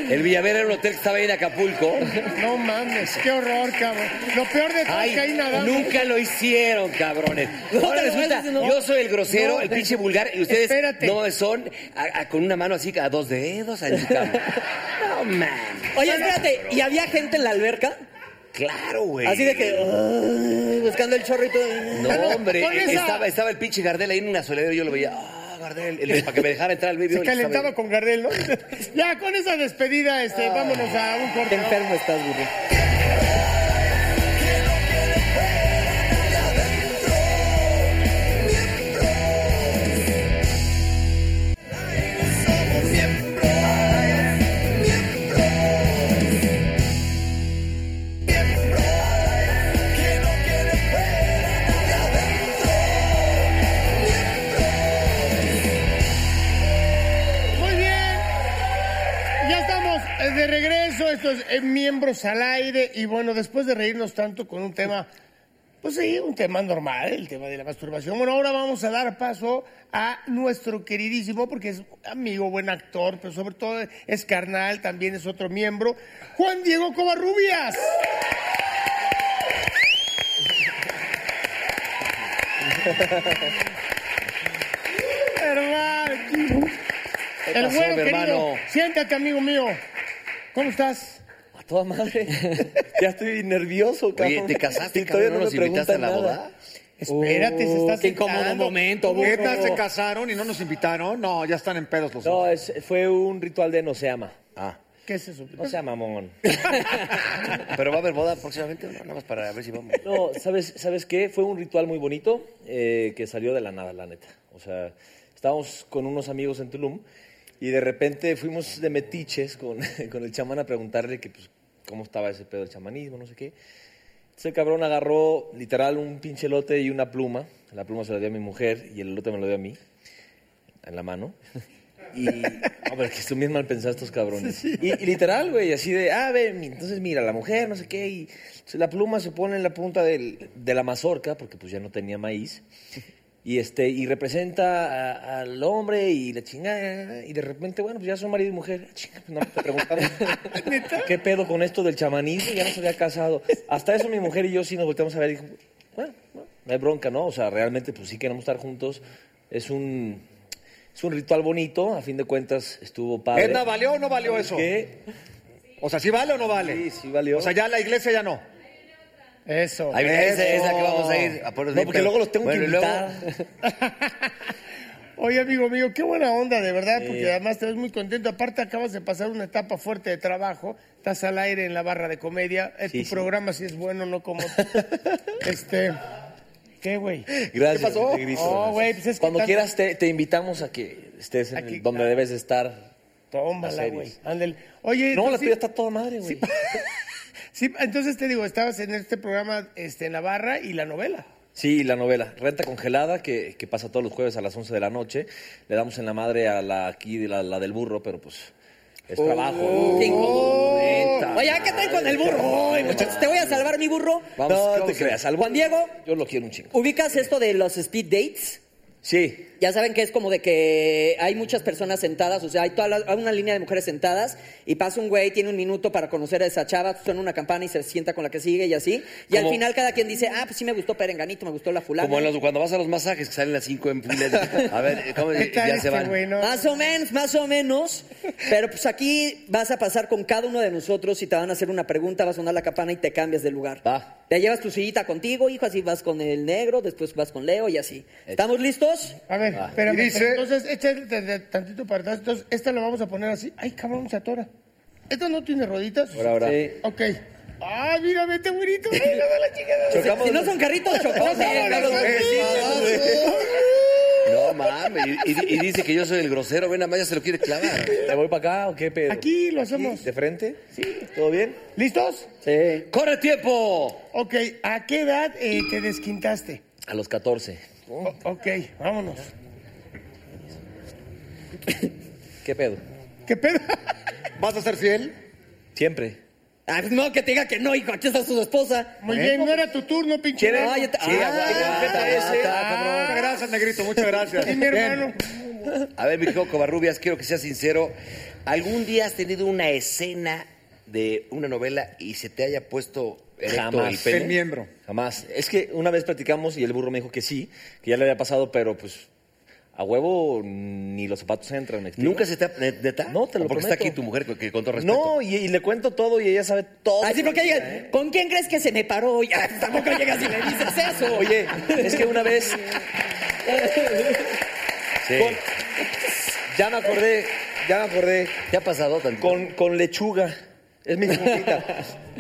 Speaker 5: El Villavera era un hotel que estaba ahí en Acapulco.
Speaker 2: No mames, qué horror, cabrón. Lo peor de todo es
Speaker 5: Ay,
Speaker 2: que ahí nadamos.
Speaker 5: nunca lo hicieron, cabrones. Ahora
Speaker 3: te lo
Speaker 5: resulta,
Speaker 3: haces, no.
Speaker 5: yo soy el grosero,
Speaker 2: No,
Speaker 5: el
Speaker 2: de-
Speaker 5: pinche vulgar, y ustedes
Speaker 2: Espérate.
Speaker 5: no son a- a- con una mano así a dos dedos. ahí en su cama. no, man.
Speaker 3: Oye, espérate, ¿y había gente en la alberca?
Speaker 5: Claro, güey.
Speaker 3: Así de que, ay, buscando el chorrito. ay.
Speaker 5: No, hombre,
Speaker 2: Con esa-
Speaker 5: estaba, estaba el pinche Gardel ahí en una soledad y yo lo veía, ah, Gardel, el de- para que me dejara entrar al video.
Speaker 2: Se calentaba con Gardel, ¿no? ya, con esa despedida,
Speaker 5: Ah.
Speaker 2: este, vámonos a un
Speaker 3: Qué
Speaker 2: corte. ¿no?
Speaker 3: enfermo estás, burro.
Speaker 2: Muy bien. Ya estamos eh, de regreso. Estos miembros al aire. Y bueno, después de reírnos tanto con un tema, pues sí, un tema normal, el tema de la masturbación. Bueno, ahora vamos a dar paso a nuestro queridísimo, porque es amigo, buen actor, pero sobre todo es carnal, también es otro miembro, Juan Diego Covarrubias. Hermano,
Speaker 5: ¿Qué
Speaker 2: el
Speaker 5: pasó,
Speaker 2: güero
Speaker 5: mi
Speaker 2: querido,
Speaker 5: hermano?
Speaker 2: siéntate, amigo mío. ¿Cómo estás?
Speaker 3: A toda madre. ya estoy nervioso, cabrón.
Speaker 5: Oye, ¿te casaste,
Speaker 3: Y
Speaker 5: cabrón?
Speaker 3: todavía
Speaker 5: ¿No nos
Speaker 3: me
Speaker 5: invitaste a la
Speaker 3: preguntan
Speaker 5: boda?
Speaker 3: nada.
Speaker 2: Espérate, se está
Speaker 3: Oh, Qué incómodo
Speaker 2: sentando.
Speaker 3: momento, burro.
Speaker 4: ¿Neta se casaron y no nos invitaron? No, ya están en pedos los dos.
Speaker 6: No, es- fue un ritual de no se ama.
Speaker 5: Ah,
Speaker 2: ¿Qué es eso?
Speaker 6: No se ama, mamón.
Speaker 5: pero va a haber boda próximamente, ¿no? nada más para ver si vamos.
Speaker 6: No, ¿sabes, ¿sabes qué? Fue un ritual muy bonito eh, que salió de la nada, la neta. O sea, estábamos con unos amigos en Tulum y de repente fuimos de metiches con, con el chamán a preguntarle que, pues, cómo estaba ese pedo del chamanismo, no sé qué. Entonces el cabrón agarró literal un pinche lote y una pluma. La pluma se la dio a mi mujer y el lote me lo dio a mí, en la mano. Y. No, pero que están bien mal pensados estos cabrones. Y, y literal, güey, así de, ah, ve, mi- entonces mira, la mujer, no sé qué, y entonces la pluma se pone en la punta del- de la mazorca, porque pues ya no tenía maíz. Y, este, y representa a- al hombre y la chingada. Y de repente, bueno, pues ya son marido y mujer. Ah, Chinga, pues no te preguntaron. ¿Qué pedo con esto del chamanismo? Ya no se había casado. Hasta eso mi mujer y yo sí nos volteamos a ver y dijo, bueno, no, no hay bronca, ¿no? O sea, realmente pues sí queremos estar juntos. Es un, es un ritual bonito. A fin de cuentas estuvo padre.
Speaker 4: ¿Edna valió o no valió eso?
Speaker 6: ¿Qué?
Speaker 4: O sea, ¿sí vale o no vale?
Speaker 6: Sí, sí valió.
Speaker 4: O sea, ya la iglesia ya no.
Speaker 2: Eso.
Speaker 5: Ahí viene, esa es la que
Speaker 4: Eso.
Speaker 5: vamos a ir. A ponernos
Speaker 3: No,
Speaker 5: bien
Speaker 3: porque
Speaker 5: pedos.
Speaker 3: luego los tengo
Speaker 5: Bueno,
Speaker 3: que
Speaker 5: y luego-
Speaker 3: invitar.
Speaker 2: Oye, amigo mío, qué buena onda, de verdad, porque además te ves muy contento. Aparte, acabas de pasar una etapa fuerte de trabajo. Estás al aire en la barra de comedia. Eh, tu programa sí es bueno, no como... este... ¿Qué, güey?
Speaker 4: ¿Qué
Speaker 6: Gracias.
Speaker 4: pasó?
Speaker 6: Negrito.
Speaker 2: No, güey, pues es que
Speaker 6: Cuando
Speaker 2: tanto-
Speaker 6: quieras te, te invitamos a que estés en el-
Speaker 2: Aquí,
Speaker 6: donde
Speaker 2: ah.
Speaker 6: debes estar.
Speaker 2: Tómala,
Speaker 6: Las
Speaker 2: güey.
Speaker 6: series.
Speaker 2: Ándale. Oye,
Speaker 6: No, la
Speaker 2: entonces-
Speaker 6: tuya está toda madre, güey.
Speaker 2: Sí, entonces te digo, estabas en este programa este, en la barra y la novela.
Speaker 6: Sí, la novela. Renta congelada, que, que pasa todos los jueves a las 11 de la noche. Le damos en la madre a la aquí, de la, la del burro, pero pues es trabajo.
Speaker 3: Qué incómodo, güey. Oye, ¿ah, ¿qué traes con el burro? Ay, muchachos, te voy a salvar mi burro.
Speaker 6: Vamos,
Speaker 3: No,
Speaker 6: no te creas. Al
Speaker 3: Juan Diego,
Speaker 6: Yo lo quiero un chingo.
Speaker 3: ¿ubicas esto de los speed dates?
Speaker 6: Sí,
Speaker 3: Ya saben que es como de que hay muchas personas sentadas, o sea, hay toda la- hay una línea de mujeres sentadas y pasa un güey, tiene un minuto para conocer a esa chava, suena una campana y se sienta con la que sigue y así. Y al
Speaker 5: Como-
Speaker 3: final cada quien dice, ah, pues sí me gustó Perenganito, me gustó la fulana.
Speaker 5: Como en los- cuando vas a los masajes que salen las 5 en fila. A ver, ¿cómo
Speaker 2: ¿Qué tal
Speaker 5: ya
Speaker 2: este
Speaker 5: se van?
Speaker 2: güey, no?
Speaker 3: Más o menos, más o menos. Pero pues aquí vas a pasar con cada uno de nosotros y te van a hacer una pregunta, vas a sonar la campana y te cambias de lugar.
Speaker 5: Va.
Speaker 3: Te llevas tu sillita contigo, hijo, así vas con el negro, después vas con Leo y así. ¿Estamos listos?
Speaker 2: A ver, espérame.
Speaker 4: Y dice-
Speaker 2: pero entonces, échate de- de- tantito para atrás. Entonces, esta la vamos a poner así. Ay, cabrón, se atora. ¿Esta no tiene rueditas?
Speaker 6: ahora, ahora.
Speaker 5: Sí.
Speaker 2: Ok. Ah, mira, vete, güerito. Ay, la de la chingada.
Speaker 6: Chocamos
Speaker 3: Si no
Speaker 6: los-
Speaker 3: son carritos chocosos,
Speaker 2: Vámonos, güey.
Speaker 5: No mames. Y, y- y dice que yo soy el grosero. Ven, a ya se lo quiere clavar.
Speaker 6: ¿Te voy para acá o qué pedo?
Speaker 2: Aquí lo hacemos.
Speaker 6: ¿De frente? Sí. ¿Todo bien?
Speaker 2: ¿Listos?
Speaker 6: Sí.
Speaker 5: ¡Corre tiempo!
Speaker 2: Ok, ¿a qué edad eh, te desquintaste?
Speaker 5: A los 14.
Speaker 2: O- ok, vámonos.
Speaker 6: ¿Qué pedo?
Speaker 2: ¿Qué pedo?
Speaker 4: ¿Vas a ser fiel?
Speaker 6: Siempre.
Speaker 3: Ah, pues no, que te diga que no, hijo, aquí está su esposa. ¿Eh?
Speaker 2: Muy bien, no era tu turno, pinche.
Speaker 3: ¿Quién es? Ah, ya te- ah,
Speaker 5: aguanta, aguanta, cabrón.
Speaker 4: Muchas gracias, negrito, muchas gracias.
Speaker 2: Sí, mi hermano.
Speaker 5: A ver, mi querido Covarrubias, quiero que seas sincero. ¿Algún día has tenido una escena de una novela y se te haya puesto erecto
Speaker 6: Jamás.
Speaker 5: el pene?
Speaker 4: El miembro.
Speaker 6: Jamás. Es que una vez platicamos y el burro me dijo que sí, que ya le había pasado, pero pues a huevo ni los zapatos entran. ¿me explico?
Speaker 5: ¿Nunca se te ha... ne- ¿Neta?
Speaker 6: No, te lo
Speaker 5: ¿O Porque está
Speaker 6: prometo.
Speaker 5: aquí tu mujer, que, que con todo respeto.
Speaker 6: No, y, y le cuento todo y ella sabe todo. ¿eh?
Speaker 3: Así porque
Speaker 5: ¿Eh?
Speaker 3: digan, ¿con quién crees que se me paró? hoy? Ah, tampoco llegas y le dices eso.
Speaker 6: Oye, es que una vez
Speaker 5: Sí.
Speaker 6: con- ya me acordé, ya me acordé
Speaker 5: ¿Te ha pasado tanto?
Speaker 6: con, con lechuga. Es mi favorita.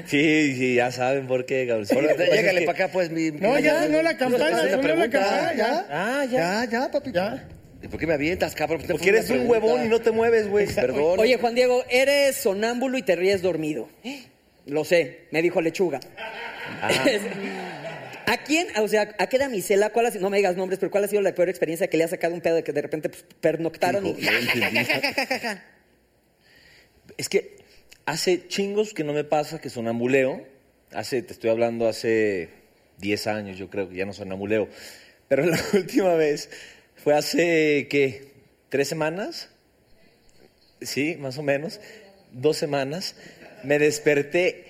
Speaker 6: Sí, sí, ya saben por qué, cabrón. Sí,
Speaker 5: Ahora,
Speaker 6: lo que pasa es
Speaker 5: llégale
Speaker 6: que-
Speaker 5: para acá, pues, mi...
Speaker 2: No, ya sonó la campana,
Speaker 5: Hazle la
Speaker 2: sonó la
Speaker 5: pregunta.
Speaker 2: campana, ya.
Speaker 6: Ah, ya.
Speaker 4: Ya, ya, papi.
Speaker 2: Ya.
Speaker 5: ¿Y ¿Por qué me avientas, cabrón? Pues,
Speaker 6: Porque
Speaker 5: fue
Speaker 6: eres
Speaker 5: una
Speaker 6: un
Speaker 5: pregunta.
Speaker 6: huevón y no te mueves, güey.
Speaker 5: Perdón.
Speaker 3: Oye, Juan Diego, eres sonámbulo y te ríes dormido.
Speaker 5: ¿Eh?
Speaker 3: Lo sé, me dijo lechuga.
Speaker 5: Ah.
Speaker 3: ¿A quién, o sea, a qué damisela, cuál ha sido, no me digas nombres, pero cuál ha sido la peor experiencia que le ha sacado un pedo de que de repente pues, pernoctaron y...
Speaker 5: Hijo, no entendí.
Speaker 6: Es que hace chingos que no me pasa que sonambuleo. Hace, te estoy hablando hace 10 años, yo creo que ya no sonambuleo. Pero la última vez fue hace, ¿qué? ¿Tres semanas? Sí, más o menos. Dos semanas. Me desperté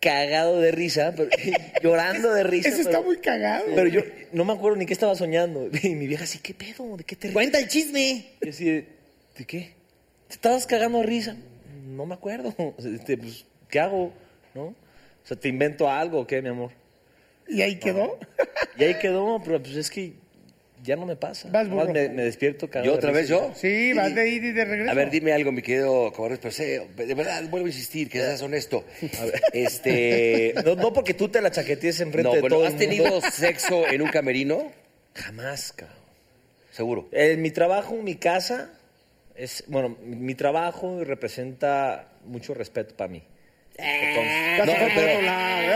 Speaker 6: cagado de risa, pero- llorando de risa.
Speaker 2: Ese está
Speaker 6: pero-
Speaker 2: muy cagado.
Speaker 6: Pero yo no me acuerdo ni qué estaba soñando. Y mi vieja así, ¿qué pedo? ¿De qué te ríes?
Speaker 3: Cuenta el chisme.
Speaker 6: Y así, de, ¿de qué? ¿Te estabas cagando de risa? No me acuerdo. O sea, este, pues, ¿Qué hago? ¿No? O sea, ¿te invento algo o qué, mi amor?
Speaker 2: Y ahí quedó.
Speaker 6: Y ahí quedó, pero pues es que ya no me pasa.
Speaker 2: Vas,
Speaker 6: Nada más
Speaker 2: burro.
Speaker 6: me, me despierto cagado
Speaker 5: ¿Yo
Speaker 6: de
Speaker 5: otra
Speaker 6: risa.
Speaker 5: vez yo?
Speaker 2: Sí, vas de ir y de regreso.
Speaker 5: A ver, dime algo, mi querido Covarrubias, pero sé, de verdad, vuelvo a insistir, que seas honesto. Este...
Speaker 6: No, no porque tú te la chaquetees enfrente
Speaker 5: No,
Speaker 6: de
Speaker 5: pero
Speaker 6: todo
Speaker 5: ¿has
Speaker 6: el mundo.
Speaker 5: tenido sexo en un camerino?
Speaker 6: Jamás, cabrón.
Speaker 5: Seguro.
Speaker 6: En Eh, mi trabajo, mi casa, es, bueno, mi- mi trabajo representa mucho respeto para mí.
Speaker 2: Eh.
Speaker 5: No, pero,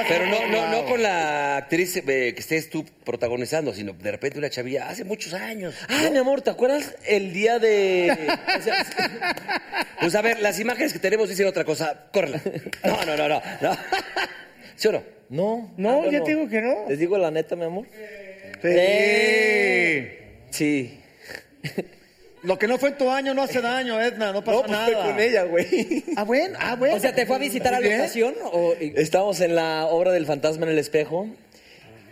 Speaker 5: pero no, no, no con la actriz eh, que estés tú protagonizando, sino de repente una chavilla hace muchos años.
Speaker 6: Ah, mi amor, ¿te acuerdas el día de...? o sea,
Speaker 5: Pues a ver, las imágenes que tenemos dicen otra cosa. Córrela. No, no, no, no. no. ¿Sí o no?
Speaker 6: No.
Speaker 2: No,
Speaker 6: Ah,
Speaker 2: ya te digo que no.
Speaker 6: ¿Les digo la neta, mi amor? Eh, Sí.
Speaker 4: Lo que no fue en tu año no hace daño, Edna, no pasa
Speaker 6: No, pues
Speaker 4: nada.
Speaker 6: fue con ella, güey.
Speaker 4: Ah, bueno, ah, bueno.
Speaker 3: O sea, ¿te fue a visitar a la
Speaker 4: Muy bien.
Speaker 3: estación? O... y-
Speaker 6: Estábamos en la obra del fantasma en el espejo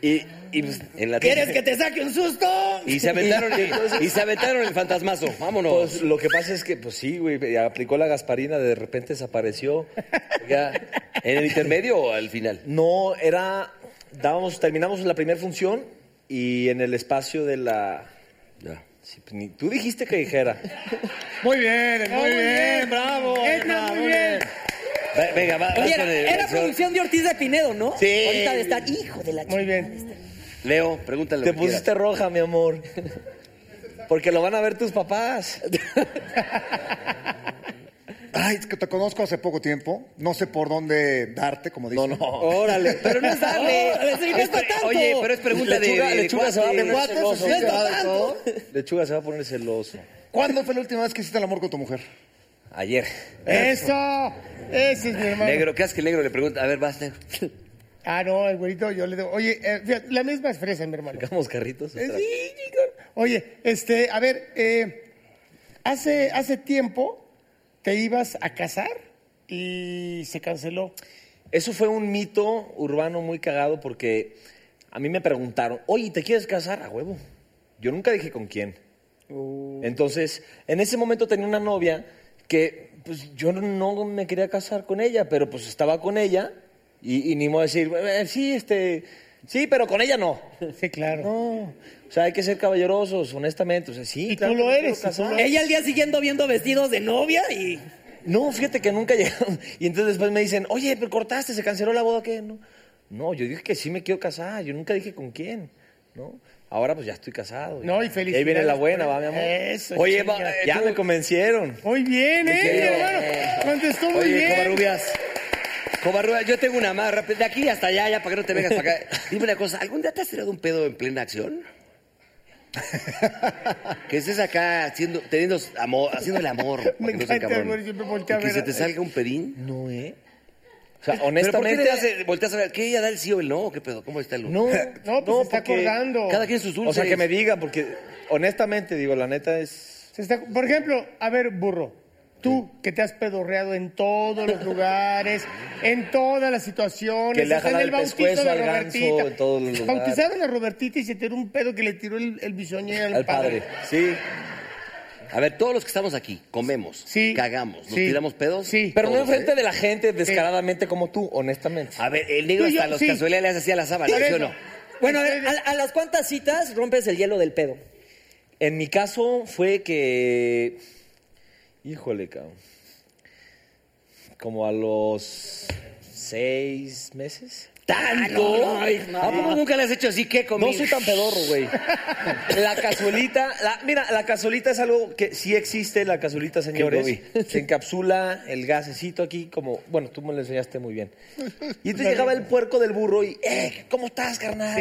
Speaker 6: y... y pues,
Speaker 5: En la
Speaker 3: ¿Quieres que te saque un susto?
Speaker 5: Y se aventaron, y, y se aventaron el fantasmazo. Vámonos.
Speaker 6: pues, lo que pasa es que, pues sí, güey, aplicó la gasparina, de repente desapareció.
Speaker 5: Ya. ¿En el intermedio o al final?
Speaker 6: No, era... Dábamos, terminamos la primera función y en el espacio de la...
Speaker 5: Ya.
Speaker 6: sí, pues, ni- tú dijiste que dijera.
Speaker 4: Muy bien,
Speaker 2: Ah,
Speaker 4: muy bien, bravo.
Speaker 2: Edna, muy bien.
Speaker 5: Va- Venga, va. vas
Speaker 3: Oye,
Speaker 5: con
Speaker 3: era,
Speaker 5: el-
Speaker 3: era producción de Ortiz de Pinedo, ¿no?
Speaker 5: Ah, Sí.
Speaker 3: Ahorita de estar, hijo de la chica.
Speaker 2: Muy bien.
Speaker 5: Leo, pregúntale. lo
Speaker 6: Te
Speaker 5: que quieras.
Speaker 6: pusiste roja, mi amor. Porque lo van a ver tus papás.
Speaker 4: Ay, es que te conozco hace poco tiempo. No sé por dónde darte, como dicen.
Speaker 6: No, no.
Speaker 3: Órale. Pero no es darle.
Speaker 5: Órale, sí, no
Speaker 3: Es
Speaker 5: está
Speaker 3: pre-
Speaker 5: tanto.
Speaker 3: Oye, pero es pregunta de-
Speaker 6: lechuga,
Speaker 5: de- de
Speaker 6: lechuga se va a
Speaker 5: cuates,
Speaker 6: poner
Speaker 5: de cuates,
Speaker 6: celoso.
Speaker 5: no está
Speaker 3: tanto.
Speaker 6: Lechuga se va a poner celoso.
Speaker 4: ¿Cuándo fue la última vez que hiciste el amor con tu mujer?
Speaker 5: Ayer.
Speaker 2: Eso, ese es mi hermano.
Speaker 5: Negro, ¿qué haces que el negro le pregunta? A ver, vas, negro.
Speaker 2: Ah, no, el güerito, yo le digo, oye, eh, fíjate, la misma es fresa, mi hermano.
Speaker 6: Sacamos carritos.
Speaker 2: Eh, Sí, chico. Oye, este, a ver, eh, hace, hace tiempo te ibas a casar y se canceló.
Speaker 6: Eso fue un mito urbano muy cagado porque a mí me preguntaron, oye, ¿te quieres casar? A huevo. Yo nunca dije con quién.
Speaker 5: Uh.
Speaker 6: Entonces, en ese momento tenía una novia que pues yo no me quería casar con ella, pero pues estaba con ella y, y ni modo de decir, "Eh, sí, este, sí, pero con ella no.
Speaker 2: Sí, claro.
Speaker 6: No, o sea, hay que ser caballerosos, honestamente. O sea, sí,
Speaker 2: Y tú
Speaker 6: claro
Speaker 2: lo
Speaker 6: que me
Speaker 2: eres,
Speaker 6: quiero
Speaker 2: y tú lo
Speaker 6: casar.
Speaker 2: eres.
Speaker 3: Ella al día siguiente viendo vestidos de novia y.
Speaker 6: No, fíjate que nunca llegaron. Y entonces después me dicen, oye, pero cortaste, se canceló la boda, ¿qué? No, no yo dije que sí me quiero casar, yo nunca dije con quién, ¿no? Ahora pues ya estoy casado.
Speaker 2: No, y
Speaker 6: Y ahí viene
Speaker 2: felicidades
Speaker 6: la buena,
Speaker 2: por-
Speaker 6: va, mi amor.
Speaker 2: Eso,
Speaker 6: oye,
Speaker 2: chinga.
Speaker 6: va, eh, ya me convencieron.
Speaker 2: Muy bien, eh, mi
Speaker 5: quiero.
Speaker 2: hermano. Contestó muy
Speaker 5: Oye,
Speaker 2: bien.
Speaker 5: Covarrubias. Covarrubias, yo tengo una más rápida. De aquí hasta allá, ya para que no te vengas para acá. Dime una cosa, ¿algún día te has tirado un pedo en plena acción? que estés acá haciendo, teniendo amor, haciendo el amor. para
Speaker 2: Me
Speaker 5: que no se
Speaker 2: encanta,
Speaker 5: cabrón.
Speaker 2: güey, siempre voltea a
Speaker 5: Y Que
Speaker 2: ver
Speaker 5: se
Speaker 2: a-
Speaker 5: te salga un pedín.
Speaker 6: No, ¿eh? O
Speaker 5: ¿Pero
Speaker 6: sea,
Speaker 5: por qué
Speaker 6: honestamente...
Speaker 5: te hace, volteas a ver? ¿Qué ella da el sí o el no? ¿O ¿Qué pedo? ¿Cómo está el
Speaker 6: No,
Speaker 2: No, pues se está acordando.
Speaker 5: Cada quien sus dulces.
Speaker 6: O sea, que me diga, porque honestamente, digo, la neta es...
Speaker 2: Se está- por ejemplo, a ver, burro, tú que te has pedorreado en todos los lugares, en todas las situaciones,
Speaker 6: Que le ha
Speaker 2: hasta en
Speaker 6: jalado
Speaker 2: el
Speaker 6: el
Speaker 2: bautizo
Speaker 6: pescuezo
Speaker 2: de
Speaker 6: al ganso
Speaker 2: Robertita.
Speaker 6: en todos los lugares.
Speaker 2: Bautizaron a Robertita y se tiró un pedo que le tiró el, el bisoñero al,
Speaker 6: Al padre. Sí.
Speaker 5: A ver, todos los que estamos aquí, comemos,
Speaker 2: Sí.
Speaker 5: cagamos, nos
Speaker 2: Sí.
Speaker 5: tiramos pedos.
Speaker 2: Sí.
Speaker 6: Pero no
Speaker 5: todos,
Speaker 6: enfrente
Speaker 5: ¿eh?
Speaker 6: de la gente descaradamente como tú, honestamente.
Speaker 5: A ver, el negro
Speaker 2: Tú y yo,
Speaker 5: hasta los
Speaker 2: sí. eh,
Speaker 5: cazuelas le hace así a la sábana,
Speaker 2: Por
Speaker 5: ¿sí o
Speaker 2: eso.
Speaker 5: no?
Speaker 3: Bueno, a
Speaker 5: Este,
Speaker 3: ver, a, a las cuantas citas rompes el hielo del pedo.
Speaker 6: En mi caso fue que. Híjole, cabrón. Como a los seis meses. Ah,
Speaker 5: ¿Tanto?
Speaker 3: Ay, no.
Speaker 5: ¿A poco nunca le has hecho así? ¿Qué comí?
Speaker 6: No soy tan pedorro, güey. La cazuelita, la- mira, la cazuelita es algo que sí existe, la cazuelita, señores. Se encapsula el gasecito aquí, como, bueno, tú me lo enseñaste muy bien. Y entonces llegaba el puerco del burro y, eh, ¿cómo estás, carnal?